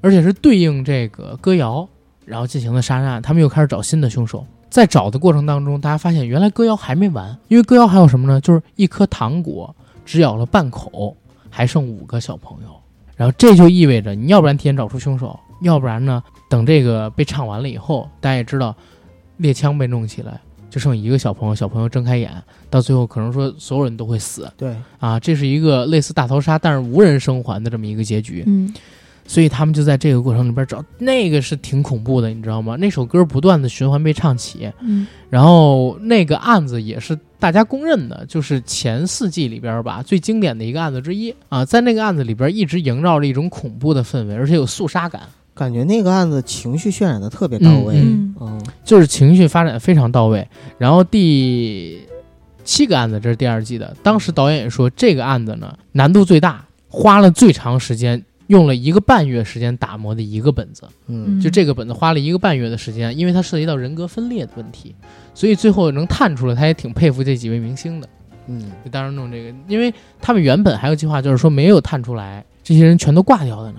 Speaker 1: 而且是对应这个歌谣，然后进行了杀人案。他们又开始找新的凶手。在找的过程当中，大家发现原来歌谣还没完，因为歌谣还有什么呢？就是一颗糖果只咬了半口，还剩五个小朋友。然后这就意味着，你要不然提前找出凶手，要不然呢，等这个被唱完了以后，大家也知道，猎枪被弄起来，就剩一个小朋友，小朋友睁开眼，到最后可能说所有人都会死。
Speaker 2: 对，
Speaker 1: 啊，这是一个类似大逃杀，但是无人生还的这么一个结局。
Speaker 4: 嗯，
Speaker 1: 所以他们就在这个过程里边找，那个是挺恐怖的，你知道吗？那首歌不断的循环被唱起，
Speaker 4: 嗯，
Speaker 1: 然后那个案子也是大家公认的，就是前四季里边吧最经典的一个案子之一啊。在那个案子里边一直萦绕着一种恐怖的氛围，而且有肃杀感，
Speaker 2: 感觉那个案子情绪渲染的特别到位。
Speaker 4: 嗯
Speaker 2: 嗯
Speaker 1: 就是情绪发展非常到位。然后第七个案子，这是第二季的，当时导演也说这个案子呢难度最大，花了最长时间，用了一个半月时间打磨的一个本子。
Speaker 2: 嗯
Speaker 1: 就这个本子花了一个半月的时间，因为它涉及到人格分裂的问题，所以最后能探出来，他也挺佩服这几位明星的。
Speaker 2: 嗯
Speaker 1: 就当时弄这个，因为他们原本还有计划，就是说没有探出来，这些人全都挂掉的呢。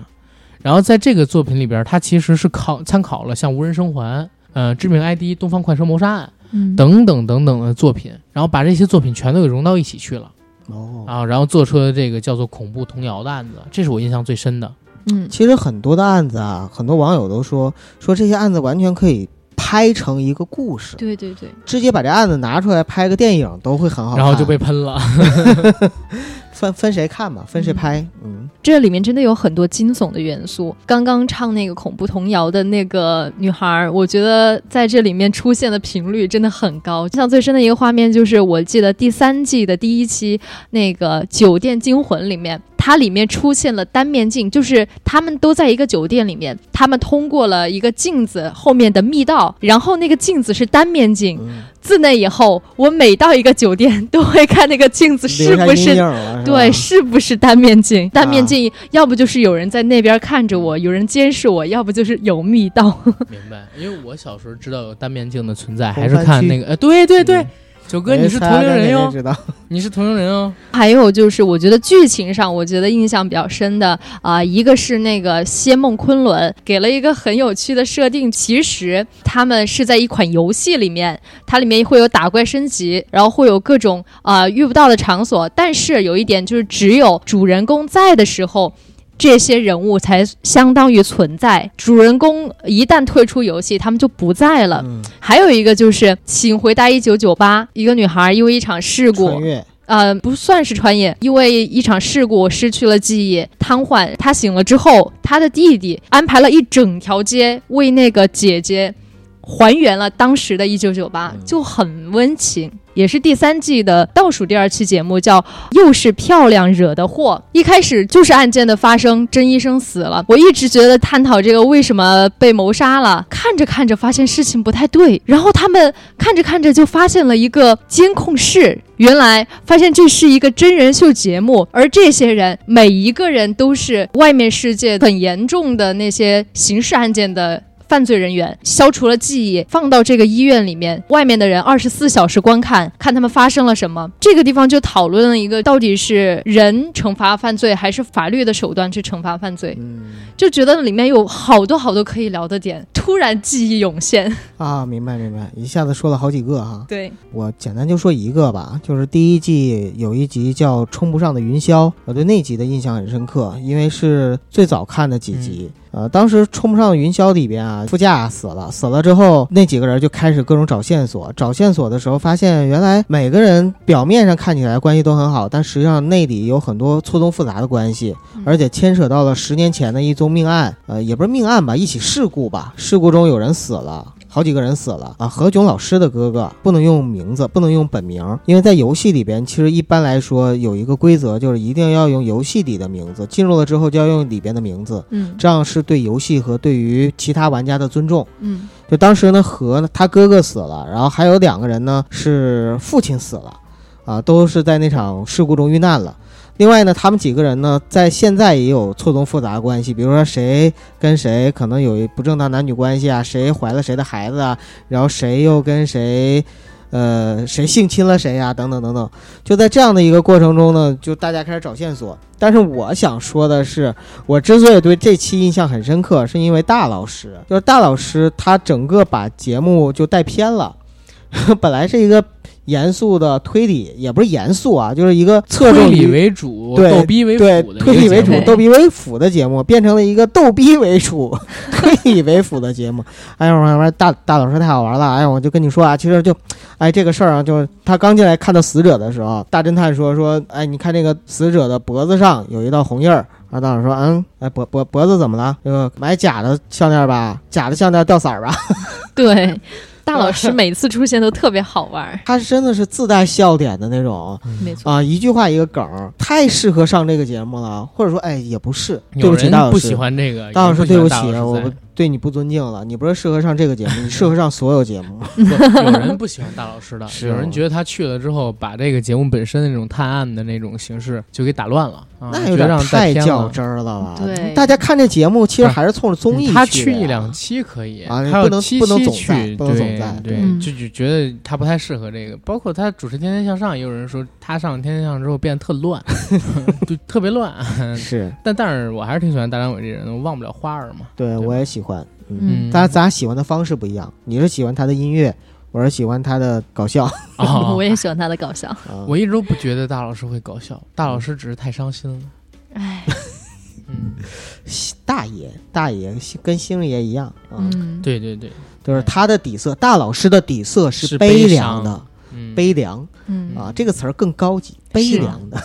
Speaker 1: 然后在这个作品里边，他其实是考参考了像《无人生还》、呃《致命 ID》、《东方快车谋杀案》
Speaker 4: 嗯
Speaker 1: 等等等等的作品，然后把这些作品全都给融到一起去了
Speaker 2: 哦，
Speaker 1: 啊，然后做出了这个叫做恐怖童谣的案子，这是我印象最深的。
Speaker 4: 嗯
Speaker 2: 其实很多的案子啊，很多网友都说说这些案子完全可以拍成一个故事，
Speaker 4: 对对对，
Speaker 2: 直接把这案子拿出来拍个电影都会很好看。
Speaker 1: 然后就被喷
Speaker 2: [LAUGHS]
Speaker 1: 了，
Speaker 2: 分分谁看吧，分谁拍。嗯，
Speaker 4: 这里面真的有很多惊悚的元素。刚刚唱那个恐怖童谣的那个女孩儿，我觉得在这里面出现的频率真的很高。印象最深的一个画面就是，我记得第三季的第一期那个《酒店惊魂》里面，它里面出现了单面镜，就是他们都在一个酒店里面，他们通过了一个镜子后面的密道，然后那个镜子是单面镜。
Speaker 2: 嗯
Speaker 4: 自那以后，我每到一个酒店都会看那个镜子是
Speaker 2: 嗯留下
Speaker 4: 不是
Speaker 2: [LAUGHS] 阴影了？是吧啊
Speaker 4: 对，是不是单面镜？单面镜，要不就是有人在那边看着我，有人监视我，要不就是有密道。
Speaker 1: 明白，因为我小时候知道有单面镜的存在，
Speaker 2: 红
Speaker 1: 还是
Speaker 2: 番
Speaker 1: 看
Speaker 2: 区
Speaker 1: 那个，呃，对对对，
Speaker 2: 嗯
Speaker 1: 九哥你是同龄人
Speaker 2: 我觉得大家都应该啊
Speaker 1: 哟，
Speaker 2: 知道。
Speaker 1: 你是同龄人哦，
Speaker 4: 还有就是，我觉得剧情上，我觉得印象比较深的啊、一个是那个谢梦昆仑给了一个很有趣的设定，其实他们是在一款游戏里面，它里面会有打怪升级，然后会有各种啊、遇不到的场所，但是有一点就是，只有主人公在的时候。这些人物才相当于存在，主人公一旦退出游戏，他们就不在了。
Speaker 2: 嗯，
Speaker 4: 还有一个就是《请回答一九九八》，一个女孩因为一场事故，
Speaker 2: 嗯穿越
Speaker 4: 呃，不算是穿越，因为一场事故失去了记忆，瘫痪。他醒了之后，他的弟弟安排了一整条街为那个姐姐还原了当时的1998，
Speaker 2: 嗯
Speaker 4: 就很温情。也是第三季的倒数第二期节目，叫《又是漂亮惹的祸》。一开始就是案件的发生，甄医生死了。我一直觉得探讨这个为什么被谋杀了，看着看着发现事情不太对，然后他们看着看着就发现了一个监控室，原来发现这是一个真人秀节目，而这些人每一个人都是外面世界很严重的那些刑事案件的。
Speaker 5: 犯罪人员，消除了记忆，放到这个医院里面，外面的人二十四小时观看，看他们发生了什么。这个地方就讨论了一个到底是人惩罚犯罪，还是法律的手段去惩罚犯罪，
Speaker 2: 嗯
Speaker 5: 就觉得里面有好多好多可以聊的点，突然记忆涌现。
Speaker 2: 啊，明白明白，一下子说了好几个哈。
Speaker 5: 对，
Speaker 2: 我简单就说一个吧，就是第一季有一集叫《冲不上的云霄》，我对那集的印象很深刻，因为是最早看的几集。呃，当时《冲不上的云霄》里边啊，副驾死了，死了之后，那几个人就开始各种找线索。找线索的时候，发现原来每个人表面上看起来关系都很好，但实际上内里有很多错综复杂的关系。而且牵扯到了十年前的一宗命案，呃，也不是命案吧，一起事故吧。事故中有人死了，好几个人死了啊。何炅老师的哥哥不能用名字，不能用本名，因为在游戏里边，其实一般来说有一个规则，就是一定要用游戏里的名字，进入了之后就要用里边的名字，
Speaker 5: 嗯
Speaker 2: 这样是对游戏和对于其他玩家的尊重。
Speaker 5: 嗯
Speaker 2: 就当时呢，和呢他哥哥死了，然后还有两个人呢是父亲死了，啊，都是在那场事故中遇难了。另外呢，他们几个人呢，在现在也有错综复杂的关系，比如说谁跟谁可能有一不正当男女关系啊，谁怀了谁的孩子啊，然后谁又跟谁，呃，谁性侵了谁呀、啊等等等等。就在这样的一个过程中呢，就大家开始找线索。但是我想说的是，我之所以对这期印象很深刻，是因为大老师，就是大老师他整个把节目就带偏了。 [LAUGHS] 本来是一个严肃的推理，也不是严肃啊，就是一个侧重
Speaker 1: 推
Speaker 2: 于
Speaker 1: 理为主，
Speaker 2: 对
Speaker 1: 逗逼为
Speaker 2: 对
Speaker 1: 辅的一个节目，
Speaker 2: 推理为主、
Speaker 5: 对
Speaker 2: 逗逼为辅的节目，变成了一个逗逼为主、 [LAUGHS] 推理为辅的节目。哎呦，我说大大老师太好玩了！哎呦，我就跟你说啊，其实就，哎，这个事儿啊，就是他刚进来看到死者的时候，大侦探说说，哎，你看这个死者的脖子上有一道红印儿。啊，大老师说，嗯，哎，脖脖脖子怎么了？这个买假的项链吧，假的项链掉色儿吧。 [LAUGHS]
Speaker 5: [LAUGHS]
Speaker 1: [LAUGHS]
Speaker 5: 对，大老师每次出现都特别好玩儿，
Speaker 2: 他真的是自带笑点的那种
Speaker 5: 没错。
Speaker 2: 啊，一句话一个梗儿，太适合上这个节目了。或者说，哎，也不是，对
Speaker 1: 有
Speaker 2: 不起，
Speaker 1: 人
Speaker 2: 大老师
Speaker 1: 哎不喜欢这个，
Speaker 2: 大老师，对
Speaker 1: 有
Speaker 2: 不
Speaker 1: 人
Speaker 2: 起啊
Speaker 1: 喜欢，大老
Speaker 2: 我
Speaker 1: 师 [LAUGHS]
Speaker 2: 不对你不尊敬了。你不是适合上这个节目，你适合上所有节
Speaker 1: 啊
Speaker 2: 目。
Speaker 1: 在有人不喜欢大老师的，
Speaker 2: 是
Speaker 1: 有人觉得他去了之后，把这个节目本身的那种探案的那种形式就给打乱了，啊
Speaker 2: 那有
Speaker 1: 觉得
Speaker 2: 点
Speaker 1: 让带
Speaker 2: 太
Speaker 1: 偏
Speaker 2: 较
Speaker 1: 了。
Speaker 2: 真儿了吧？
Speaker 5: 对
Speaker 2: 大家看这节目其实还是冲着综艺
Speaker 1: 嗯他去
Speaker 2: 去的呀
Speaker 1: 一两期可以，
Speaker 2: 啊
Speaker 1: 他
Speaker 2: 不
Speaker 1: 要
Speaker 2: 能
Speaker 1: 七
Speaker 2: 不能
Speaker 1: 期
Speaker 2: 总
Speaker 1: 去
Speaker 2: 在不能总
Speaker 1: 对
Speaker 2: 在
Speaker 1: 对，
Speaker 5: 嗯
Speaker 1: 就就觉得他不太适合这个。包括他主持《天天向上》，也有人说他上《天天向上》之后变得特
Speaker 2: [LAUGHS]
Speaker 1: 乱，就特别乱。
Speaker 2: 是
Speaker 1: 但但是我还是挺喜欢大张伟这人的，我忘不了花儿嘛。
Speaker 2: 对
Speaker 1: 吧
Speaker 2: 我也喜欢，嗯，
Speaker 1: 嗯，
Speaker 2: 但咱喜欢的方式不一样。你是喜欢他的音乐，我是喜欢他的
Speaker 1: [LAUGHS]
Speaker 2: 搞笑。
Speaker 1: 哦
Speaker 5: [LAUGHS] 我也喜欢他的搞笑，
Speaker 2: 啊
Speaker 1: 我一直都不觉得大老师会搞笑，大老师只是太伤心了。
Speaker 5: 哎，
Speaker 1: [LAUGHS] 嗯，
Speaker 2: 大爷大爷跟星爷一样啊，
Speaker 5: 嗯，
Speaker 1: 对对对，
Speaker 2: 就是他的底色，大老师的底色是
Speaker 1: 是悲
Speaker 2: 凉
Speaker 1: 伤
Speaker 2: 的，
Speaker 1: 嗯，
Speaker 2: 悲凉
Speaker 5: 嗯
Speaker 2: 啊，这个词儿更高级，悲
Speaker 5: 是啊
Speaker 2: 凉的。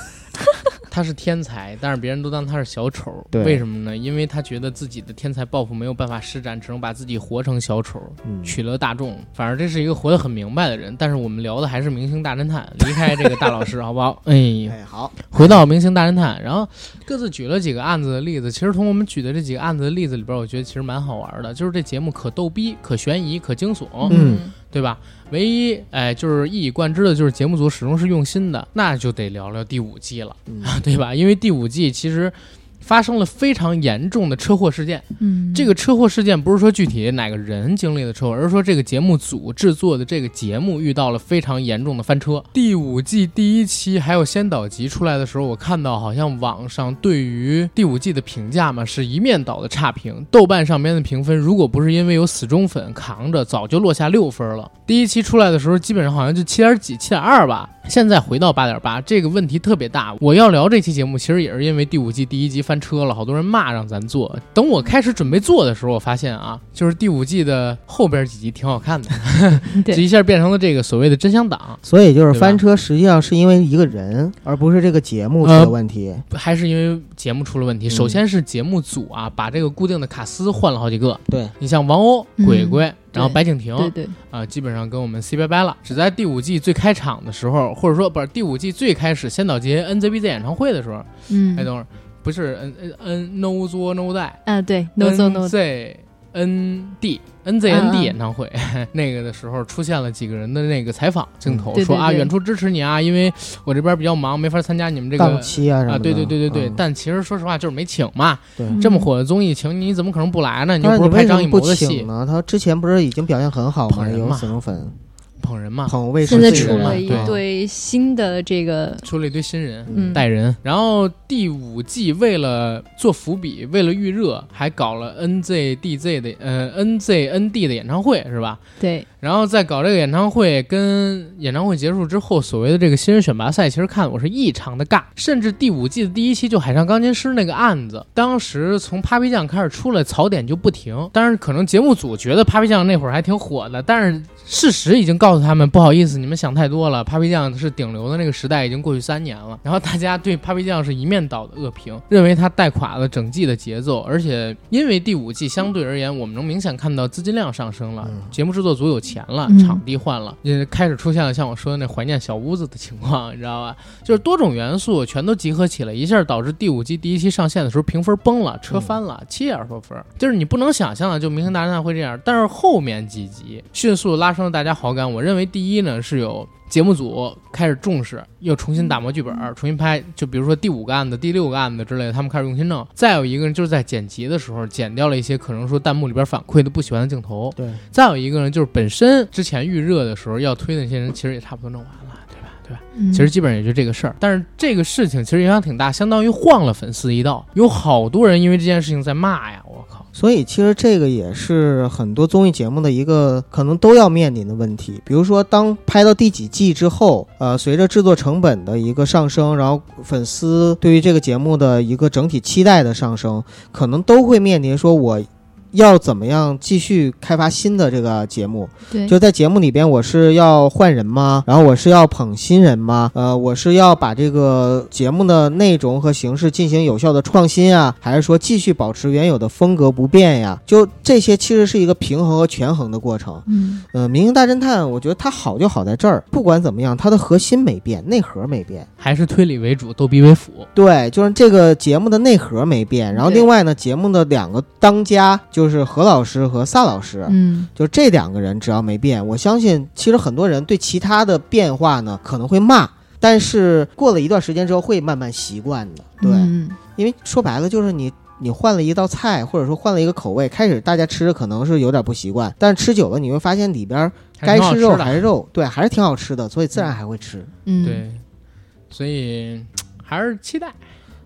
Speaker 1: 他是天才，但是别人都当他是小丑，
Speaker 2: 对
Speaker 1: 为什么呢？因为他觉得自己的天才抱负没有办法施展，只能把自己活成小丑，
Speaker 2: 嗯
Speaker 1: 取乐大众。反正这是一个活得很明白的人。但是我们聊的还是《明星大侦探》，离开这个大老师好不好？哎，
Speaker 2: 哎，好，
Speaker 1: 回到《明星大侦探》，然后各自举了几个案子的例子。其实从我们举的这几个案子的例子里边，我觉得其实蛮好玩的，就是这节目可逗逼、可悬疑、可惊悚，
Speaker 2: 嗯
Speaker 1: 对吧？唯一哎，就是一以贯之的，就是节目组始终是用心的，那就得聊聊第五季了，
Speaker 2: 嗯
Speaker 1: [LAUGHS] 对吧？因为第五季其实发生了非常严重的车祸事件。
Speaker 5: 嗯，
Speaker 1: 这个车祸事件不是说具体哪个人经历的车祸，而是说这个节目组制作的这个节目遇到了非常严重的翻车。第五季第一期还有先导集出来的时候，我看到好像网上对于第五季的评价嘛是一面倒的差评，豆瓣上面的评分如果不是因为有死忠粉扛着，早就落下六分了。第一期出来的时候，基本上好像就七点几、七点二吧，现在回到八点八，这个问题特别大。我要聊这期节目，其实也是因为第五季第一集翻车了，好多人骂让咱做。等我开始准备做的时候，我发现啊，就是第五季的后边几集挺好看的，
Speaker 5: [LAUGHS] 对
Speaker 1: 这一下变成了这个所谓的真香党，
Speaker 2: 所以就
Speaker 1: 对
Speaker 2: 是
Speaker 1: 吧
Speaker 2: 翻车，实际上是因为一个人，而不是这个节目
Speaker 1: 嗯
Speaker 2: 出了问题。
Speaker 1: 还是因为节目出了问题。
Speaker 2: 嗯
Speaker 1: 首先是节目组啊，把这个固定的卡司换了好几个，
Speaker 2: 对，
Speaker 1: 你像王鸥、
Speaker 5: 嗯
Speaker 1: 鬼鬼，然后
Speaker 5: 对
Speaker 1: 白敬亭，
Speaker 5: 对对，
Speaker 1: 啊、基本上跟我们 say 拜拜了。只在第五季最开场的时候，或者说不是第五季最开始先导节 NZBZ 演唱会的时候，哎，
Speaker 5: 嗯，
Speaker 1: 等会儿不是 N N N No 作 No 带嗯
Speaker 5: 啊，对，no so no，
Speaker 1: Z N D N Z N
Speaker 5: 嗯
Speaker 1: D
Speaker 5: 嗯
Speaker 1: 演唱会、 [LAUGHS] 那个的时候，出现了几个人的那个采访镜头，
Speaker 5: 嗯对
Speaker 1: 说
Speaker 5: 对
Speaker 1: 啊，
Speaker 5: 对
Speaker 1: 远处支持你啊，因为我这边比较忙，没法参加你们这个
Speaker 2: 档期啊什么
Speaker 1: 啊，
Speaker 2: 的。
Speaker 1: 对对对对对。
Speaker 2: 嗯
Speaker 1: 但其实说实话，就是没请嘛，
Speaker 2: 对
Speaker 5: 嗯
Speaker 1: 这么火的综艺，请你怎么可能不来呢？你又
Speaker 2: 但是
Speaker 1: 不
Speaker 2: 你
Speaker 1: 是
Speaker 2: 为
Speaker 1: 拍
Speaker 2: 什
Speaker 1: 张艺
Speaker 2: 么
Speaker 1: 谋
Speaker 2: 不
Speaker 1: 的
Speaker 2: 请
Speaker 1: 戏，
Speaker 2: 呢？他之前不是已经表现很好
Speaker 1: 捧
Speaker 2: 吗？
Speaker 1: 人
Speaker 2: 有
Speaker 1: 嘛
Speaker 2: 死忠粉
Speaker 1: 捧人嘛，
Speaker 2: 捧为
Speaker 5: 现在
Speaker 2: 自己
Speaker 5: 出
Speaker 1: 出
Speaker 2: 人
Speaker 1: 了
Speaker 5: 了
Speaker 1: 一
Speaker 5: 一
Speaker 1: 对对
Speaker 5: 对新的这个，
Speaker 1: 出了一堆新人。
Speaker 5: 嗯，
Speaker 1: 带人，然后第五季为了做伏笔，为了预热，还搞了 NZDZ 的呃 NZND 的演唱会是吧？
Speaker 5: 对，
Speaker 1: 然后在搞这个演唱会，跟演唱会结束之后，所谓的这个新人选拔赛，其实看我是异常的尬。甚至第五季的第一期就海上钢琴师那个案子，当时从 Papi 酱开始出来槽点就不停。当然，可能节目组觉得 Papi 酱那会儿还挺火的，但是事实已经告诉他们，不好意思，你们想太多了。Papi 酱是顶流的那个时代已经过去三年了，然后大家对 Papi 酱是一面倒的恶评，认为它带垮了整季的节奏，而且因为第五季相对而言，我们能明显看到资金量上升了，
Speaker 2: 嗯
Speaker 1: 节目制作组有钱了，
Speaker 5: 嗯
Speaker 1: 场地换了，也开始出现了像我说的那怀念小屋子的情况，你知道吧？就是多种元素全都集合起来，一下导致第五季第一期上线的时候评分崩了，车翻了，七点多分，就是你不能想象的，就《明星大侦探》会这样。但是后面几集迅速拉升了大家好感，我认为第一呢是有。节目组开始重视，又重新打磨剧本，重新拍。就比如说第五个案子、第六个案子之类的，他们开始用心弄。再有一个呢，就是在剪辑的时候剪掉了一些可能说弹幕里边反馈的不喜欢的镜头，
Speaker 2: 对，
Speaker 1: 再有一个呢，就是本身之前预热的时候要推的那些人，其实也差不多弄完了，对吧？对吧？
Speaker 5: 嗯
Speaker 2: 嗯
Speaker 1: 其实基本上也就这个事儿。但是这个事情其实影响挺大，相当于晃了粉丝一道，有好多人因为这件事情在骂呀，我靠！
Speaker 2: 所以其实这个也是很多综艺节目的一个可能都要面临的问题。比如说，当拍到第几季之后，呃，随着制作成本的一个上升，然后粉丝对于这个节目的一个整体期待的上升，可能都会面临说我。要怎么样继续开发新的这个节目？
Speaker 4: 哎
Speaker 5: 对，
Speaker 2: 就在节目里边，我是要换人吗？然后我是要捧新人吗？呃，我是要把这个节目的内容和形式进行有效的创新啊，还是说继续保持原有的风格不变呀？就这些其实是一个平衡和权衡的过程。
Speaker 5: 嗯，
Speaker 2: 呃，《明星大侦探》我觉得它好就好在这儿，不管怎么样，它的核心没变，内核没变。
Speaker 1: 还是推理为主，逗逼为辅。
Speaker 2: 对，就是这个节目的内核没变。然后
Speaker 5: 对
Speaker 2: 另外呢，节目的两个当家就是何老师和萨老师。
Speaker 5: 嗯，
Speaker 2: 就这两个人只要没变，我相信其实很多人对其他的变化呢可能会骂，但是过了一段时间之后会慢慢习惯的。对，
Speaker 5: 嗯
Speaker 2: 因为说白了就是你。你换了一道菜，或者说换了一个口味，开始大家吃着可能是有点不习惯，但吃久了你会发现里边
Speaker 1: 还
Speaker 2: 该
Speaker 1: 挺好
Speaker 2: 吃
Speaker 1: 吃
Speaker 2: 肉
Speaker 1: 的
Speaker 2: 还是肉，对，还是挺好吃的，所以自然还会吃，
Speaker 5: 嗯，
Speaker 1: 对，所以还是期待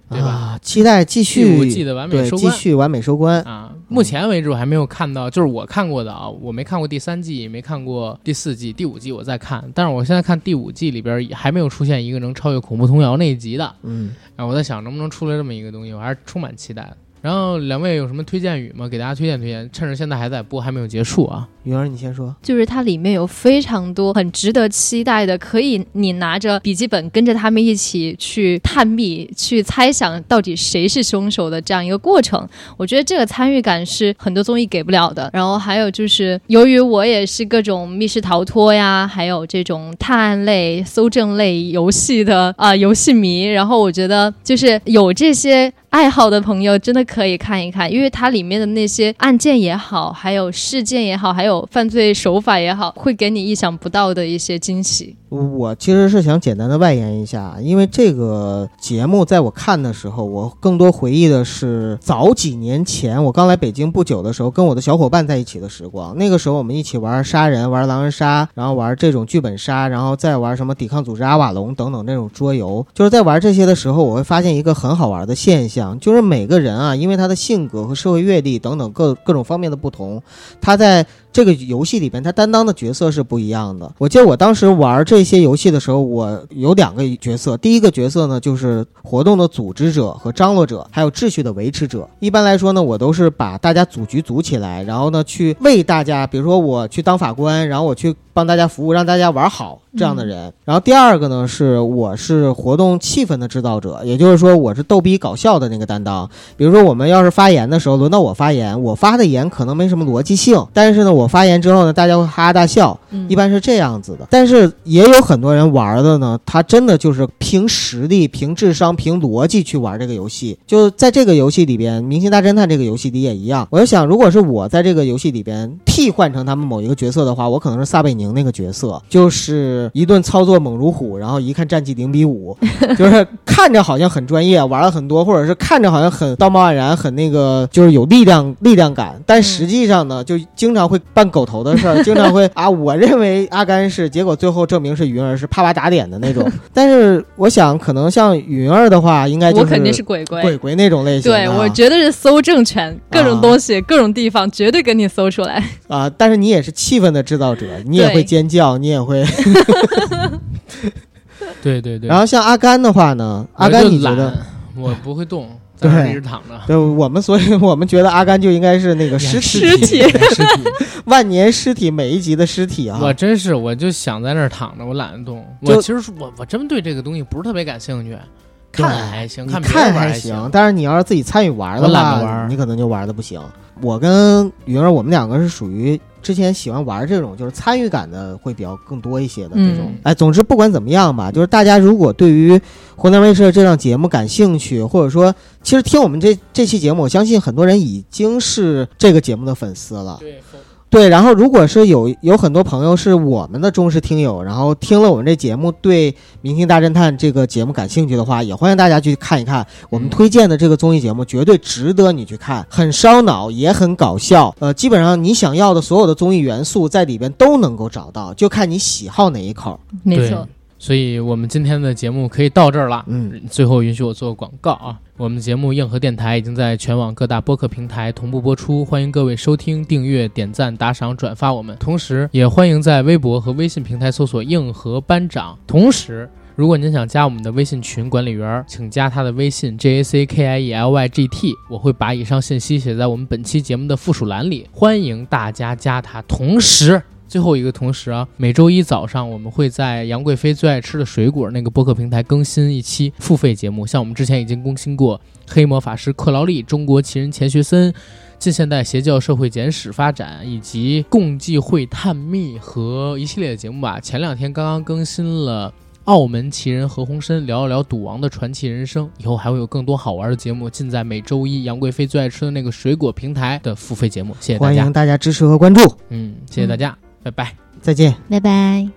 Speaker 1: 对吧
Speaker 2: 啊，期待继
Speaker 1: 第五
Speaker 2: 续
Speaker 1: 季的完美
Speaker 2: 对
Speaker 1: 收
Speaker 2: 继
Speaker 1: 官。
Speaker 2: 续完美收官，
Speaker 1: 啊，目前为止我还没有看到，就是我看过的啊，我没看过第三季，也没看过第四季、第五季，我在看。但是我现在看第五季里边也还没有出现一个能超越《恐怖童谣》那一集的，
Speaker 2: 嗯。
Speaker 1: 啊，我在想能不能出来这么一个东西，我还是充满期待的。然后两位有什么推荐语吗？给大家推荐推荐，趁着现在还在播，还没有结束啊。
Speaker 2: 云儿，你先说。
Speaker 5: 就是它里面有非常多很值得期待的，可以你拿着笔记本跟着他们一起去探秘、去猜想到底谁是凶手的这样一个过程。我觉得这个参与感是很多综艺给不了的。然后还有就是，由于我也是各种密室逃脱呀，还有这种探案类、搜证类游戏的啊、游戏迷，然后我觉得就是有这些。爱好的朋友真的可以看一看，因为它里面的那些案件也好，还有事件也好，还有犯罪手法也好，会给你意想不到的一些惊喜。
Speaker 2: 我其实是想简单的外延一下，因为这个节目在我看的时候，我更多回忆的是早几年前我刚来北京不久的时候，跟我的小伙伴在一起的时光。那个时候我们一起玩杀人、玩狼人杀，然后玩这种剧本杀，然后再玩什么抵抗组织阿瓦隆等等这种桌游。就是在玩这些的时候，我会发现一个很好玩的现象，就是每个人啊，因为他的性格和社会阅历等等各各种方面的不同，他在这个游戏里边他担当的角色是不一样的。我记得我当时玩这些游戏的时候，我有两个角色，第一个角色呢就是活动的组织者和张罗者，还有秩序的维持者。一般来说呢，我都是把大家组局组起来，然后呢去为大家，比如说我去当法官，然后我去。帮大家服务，让大家玩好这样的人。然后第二个呢，是我是活动气氛的制造者，也就是说我是逗逼搞笑的那个担当。比如说我们要是发言的时候，轮到我发言，我发的言可能没什么逻辑性，但是呢，我发言之后呢，大家会哈哈大笑，
Speaker 5: 嗯
Speaker 2: 一般是这样子的。但是也有很多人玩的呢，他真的就是凭实力、凭智商、凭逻辑去玩这个游戏。就在这个游戏里边，《明星大侦探》这个游戏里也一样。我就想，如果是我在这个游戏里边替换成他们某一个角色的话，我可能是撒贝宁那个角色，就是一顿操作猛如虎，然后一看战绩零比五，就是看着好像很专业，玩了很多，或者是看着好像很道貌岸然，很那个就是有力量力量感，但
Speaker 5: 嗯
Speaker 2: 实际上呢，就经常会办狗头的事儿，经常会啊，我认为阿甘是，结果最后证明是云儿是啪啪打脸的
Speaker 5: [LAUGHS]
Speaker 2: 那种。但是我想，可能像云儿的话，应该就是
Speaker 5: 我肯定是鬼鬼。
Speaker 2: 鬼鬼那种类型的啊。
Speaker 5: 对，我觉得是搜证全，各种
Speaker 2: 啊
Speaker 5: 东西、各种地方，绝对给你搜出来。
Speaker 2: 啊，但是你也是气氛的制造者，你也
Speaker 5: 对
Speaker 2: 会尖叫，你也会。
Speaker 1: 对对对。
Speaker 2: 然后像阿甘的话呢，阿甘
Speaker 1: 我就
Speaker 2: 你觉
Speaker 1: 懒
Speaker 2: 得？，
Speaker 1: 我不会动，在那儿
Speaker 2: 对
Speaker 1: 一直躺着。
Speaker 2: 对，我们所以我们觉得阿甘就应该是
Speaker 5: [LAUGHS]
Speaker 2: 那个尸体，
Speaker 5: 尸体
Speaker 1: 演尸体，
Speaker 2: 万年尸体每一集的尸体啊。
Speaker 1: 我真是，我就想在那儿躺着，我懒得动。我
Speaker 2: 就
Speaker 1: 其实是我我真对这个东西不是特别感兴趣，
Speaker 2: 对
Speaker 1: 看还行，
Speaker 2: 你
Speaker 1: 看别
Speaker 2: 看
Speaker 1: 人玩
Speaker 2: 还
Speaker 1: 还
Speaker 2: 行，。但是你要是自己参与玩的
Speaker 1: 我懒
Speaker 2: 话，
Speaker 1: 得玩
Speaker 2: 你可能就玩的不行。我跟云儿，我们两个是属于之前喜欢玩这种，就是参与感的会比较更多一些的这种。
Speaker 5: 嗯
Speaker 2: 哎，总之不管怎么样吧，就是大家如果对于湖南卫视的这档节目感兴趣，或者说其实听我们这这期节目，我相信很多人已经是这个节目的粉丝了。
Speaker 1: 对，
Speaker 2: 对，然后如果是有有很多朋友是我们的忠实听友，然后听了我们这节目对《明星大侦探》这个节目感兴趣的话，也欢迎大家去看一看我
Speaker 1: 嗯
Speaker 2: 们推荐的这个综艺节目，绝对值得你去看，很烧脑，也很搞笑。呃，基本上你想要的所有的综艺元素在里边都能够找到，就看你喜好哪一口。
Speaker 5: 没
Speaker 1: 对
Speaker 5: 错，
Speaker 1: 所以我们今天的节目可以到这儿了。
Speaker 2: 嗯，
Speaker 1: 最后允许我做个广告啊，我们的节目《硬核电台》已经在全网各大播客平台同步播出，欢迎各位收听、订阅、点赞、打赏、转发我们，同时也欢迎在微博和微信平台搜索“硬核班长”。同时，如果您想加我们的微信群管理员儿，请加他的微信 j a c k i e l y g t，我会把以上信息写在我们本期节目的附属栏里，欢迎大家加他。同时，最后一个同时啊，每周一早上我们会在杨贵妃最爱吃的水果那个播客平台更新一期付费节目，像我们之前已经更新过《黑魔法师克劳利》《中国奇人钱学森》《近现代邪教社会简史发展》以及《共济会探秘》和一系列的节目吧。前两天刚刚更新了。澳门奇人何鸿燊聊一聊赌王的传奇人生，以后还会有更多好玩的节目，尽在每周一杨贵妃最爱吃的那个水果平台的付费节目。谢谢大
Speaker 2: 欢
Speaker 1: 家
Speaker 2: 迎，大家支持和关注，
Speaker 1: 嗯，谢谢大家，拜拜。
Speaker 2: 再见。
Speaker 3: 拜拜。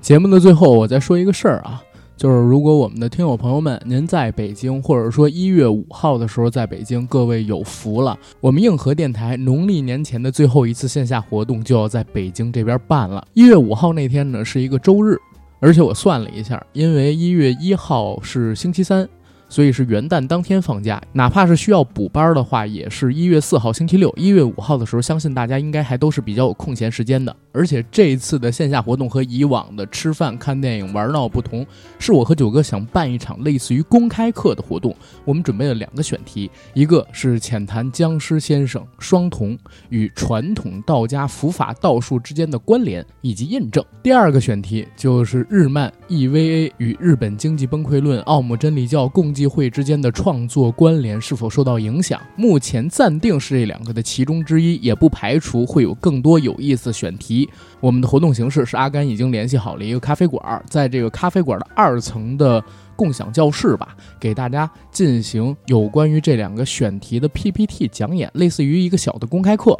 Speaker 1: 节目的最后，我再说一个事儿啊，就是如果我们的听友朋友们，您在北京，或者说一月五号的时候在北京，各位有福了。我们硬核电台农历年前的最后一次线下活动就要在北京这边办了。一月五号那天呢是一个周日，而且我算了一下，因为一月一号是星期三。所以是元旦当天放假，哪怕是需要补班的话，也是一月四号星期六、一月五号的时候，相信大家应该还都是比较有空闲时间的。而且这一次的线下活动和以往的吃饭、看电影、玩闹不同，是我和九哥想办一场类似于公开课的活动。我们准备了两个选题，一个是浅谈僵尸先生、双瞳与传统道家伏法道术之间的关联以及印证；第二个选题就是日漫 EVA 与日本经济崩溃论、奥姆真理教共济会之间的创作关联是否受到影响。目前暂定是这两个的其中之一，也不排除会有更多有意思选题。我们的活动形式是阿甘已经联系好了一个咖啡馆儿，在这个咖啡馆的二层的共享教室吧，给大家进行有关于这两个选题的 PPT 讲演，类似于一个小的公开课。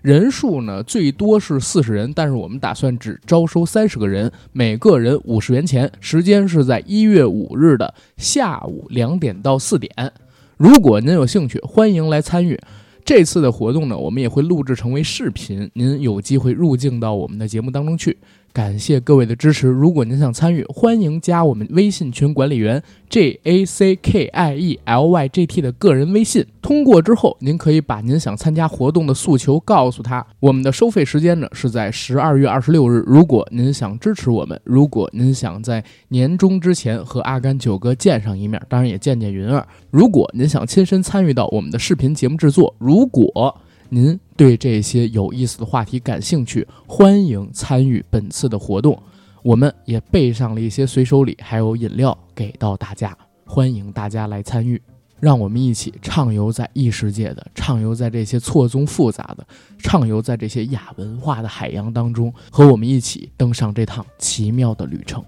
Speaker 1: 人数呢最多是四十人，但是我们打算只招收三十个人，每个人五十元钱。时间是在一月五日的下午两点到四点。如果您有兴趣，欢迎来参与。这次的活动呢，我们也会录制成为视频，您有机会入镜到我们的节目当中去。感谢各位的支持，如果您想参与，欢迎加我们微信群管理员 J A C K I E L Y G T 的个人微信。通过之后，您可以把您想参加活动的诉求告诉他。我们的收费时间呢是在十二月二十六日。如果您想支持我们，如果您想在年终之前和阿甘九哥见上一面，啊当然也见见云儿。如果您想亲身参与到我们的视频节目制作，如果您对这些有意思的话题感兴趣，欢迎参与本次的活动。我们也备上了一些随手礼，还有饮料给到大家，欢迎大家来参与。让我们一起畅游在异世界的，畅游在这些错综复杂的，畅游在这些亚文化的海洋当中，和我们一起登上这趟奇妙的旅程。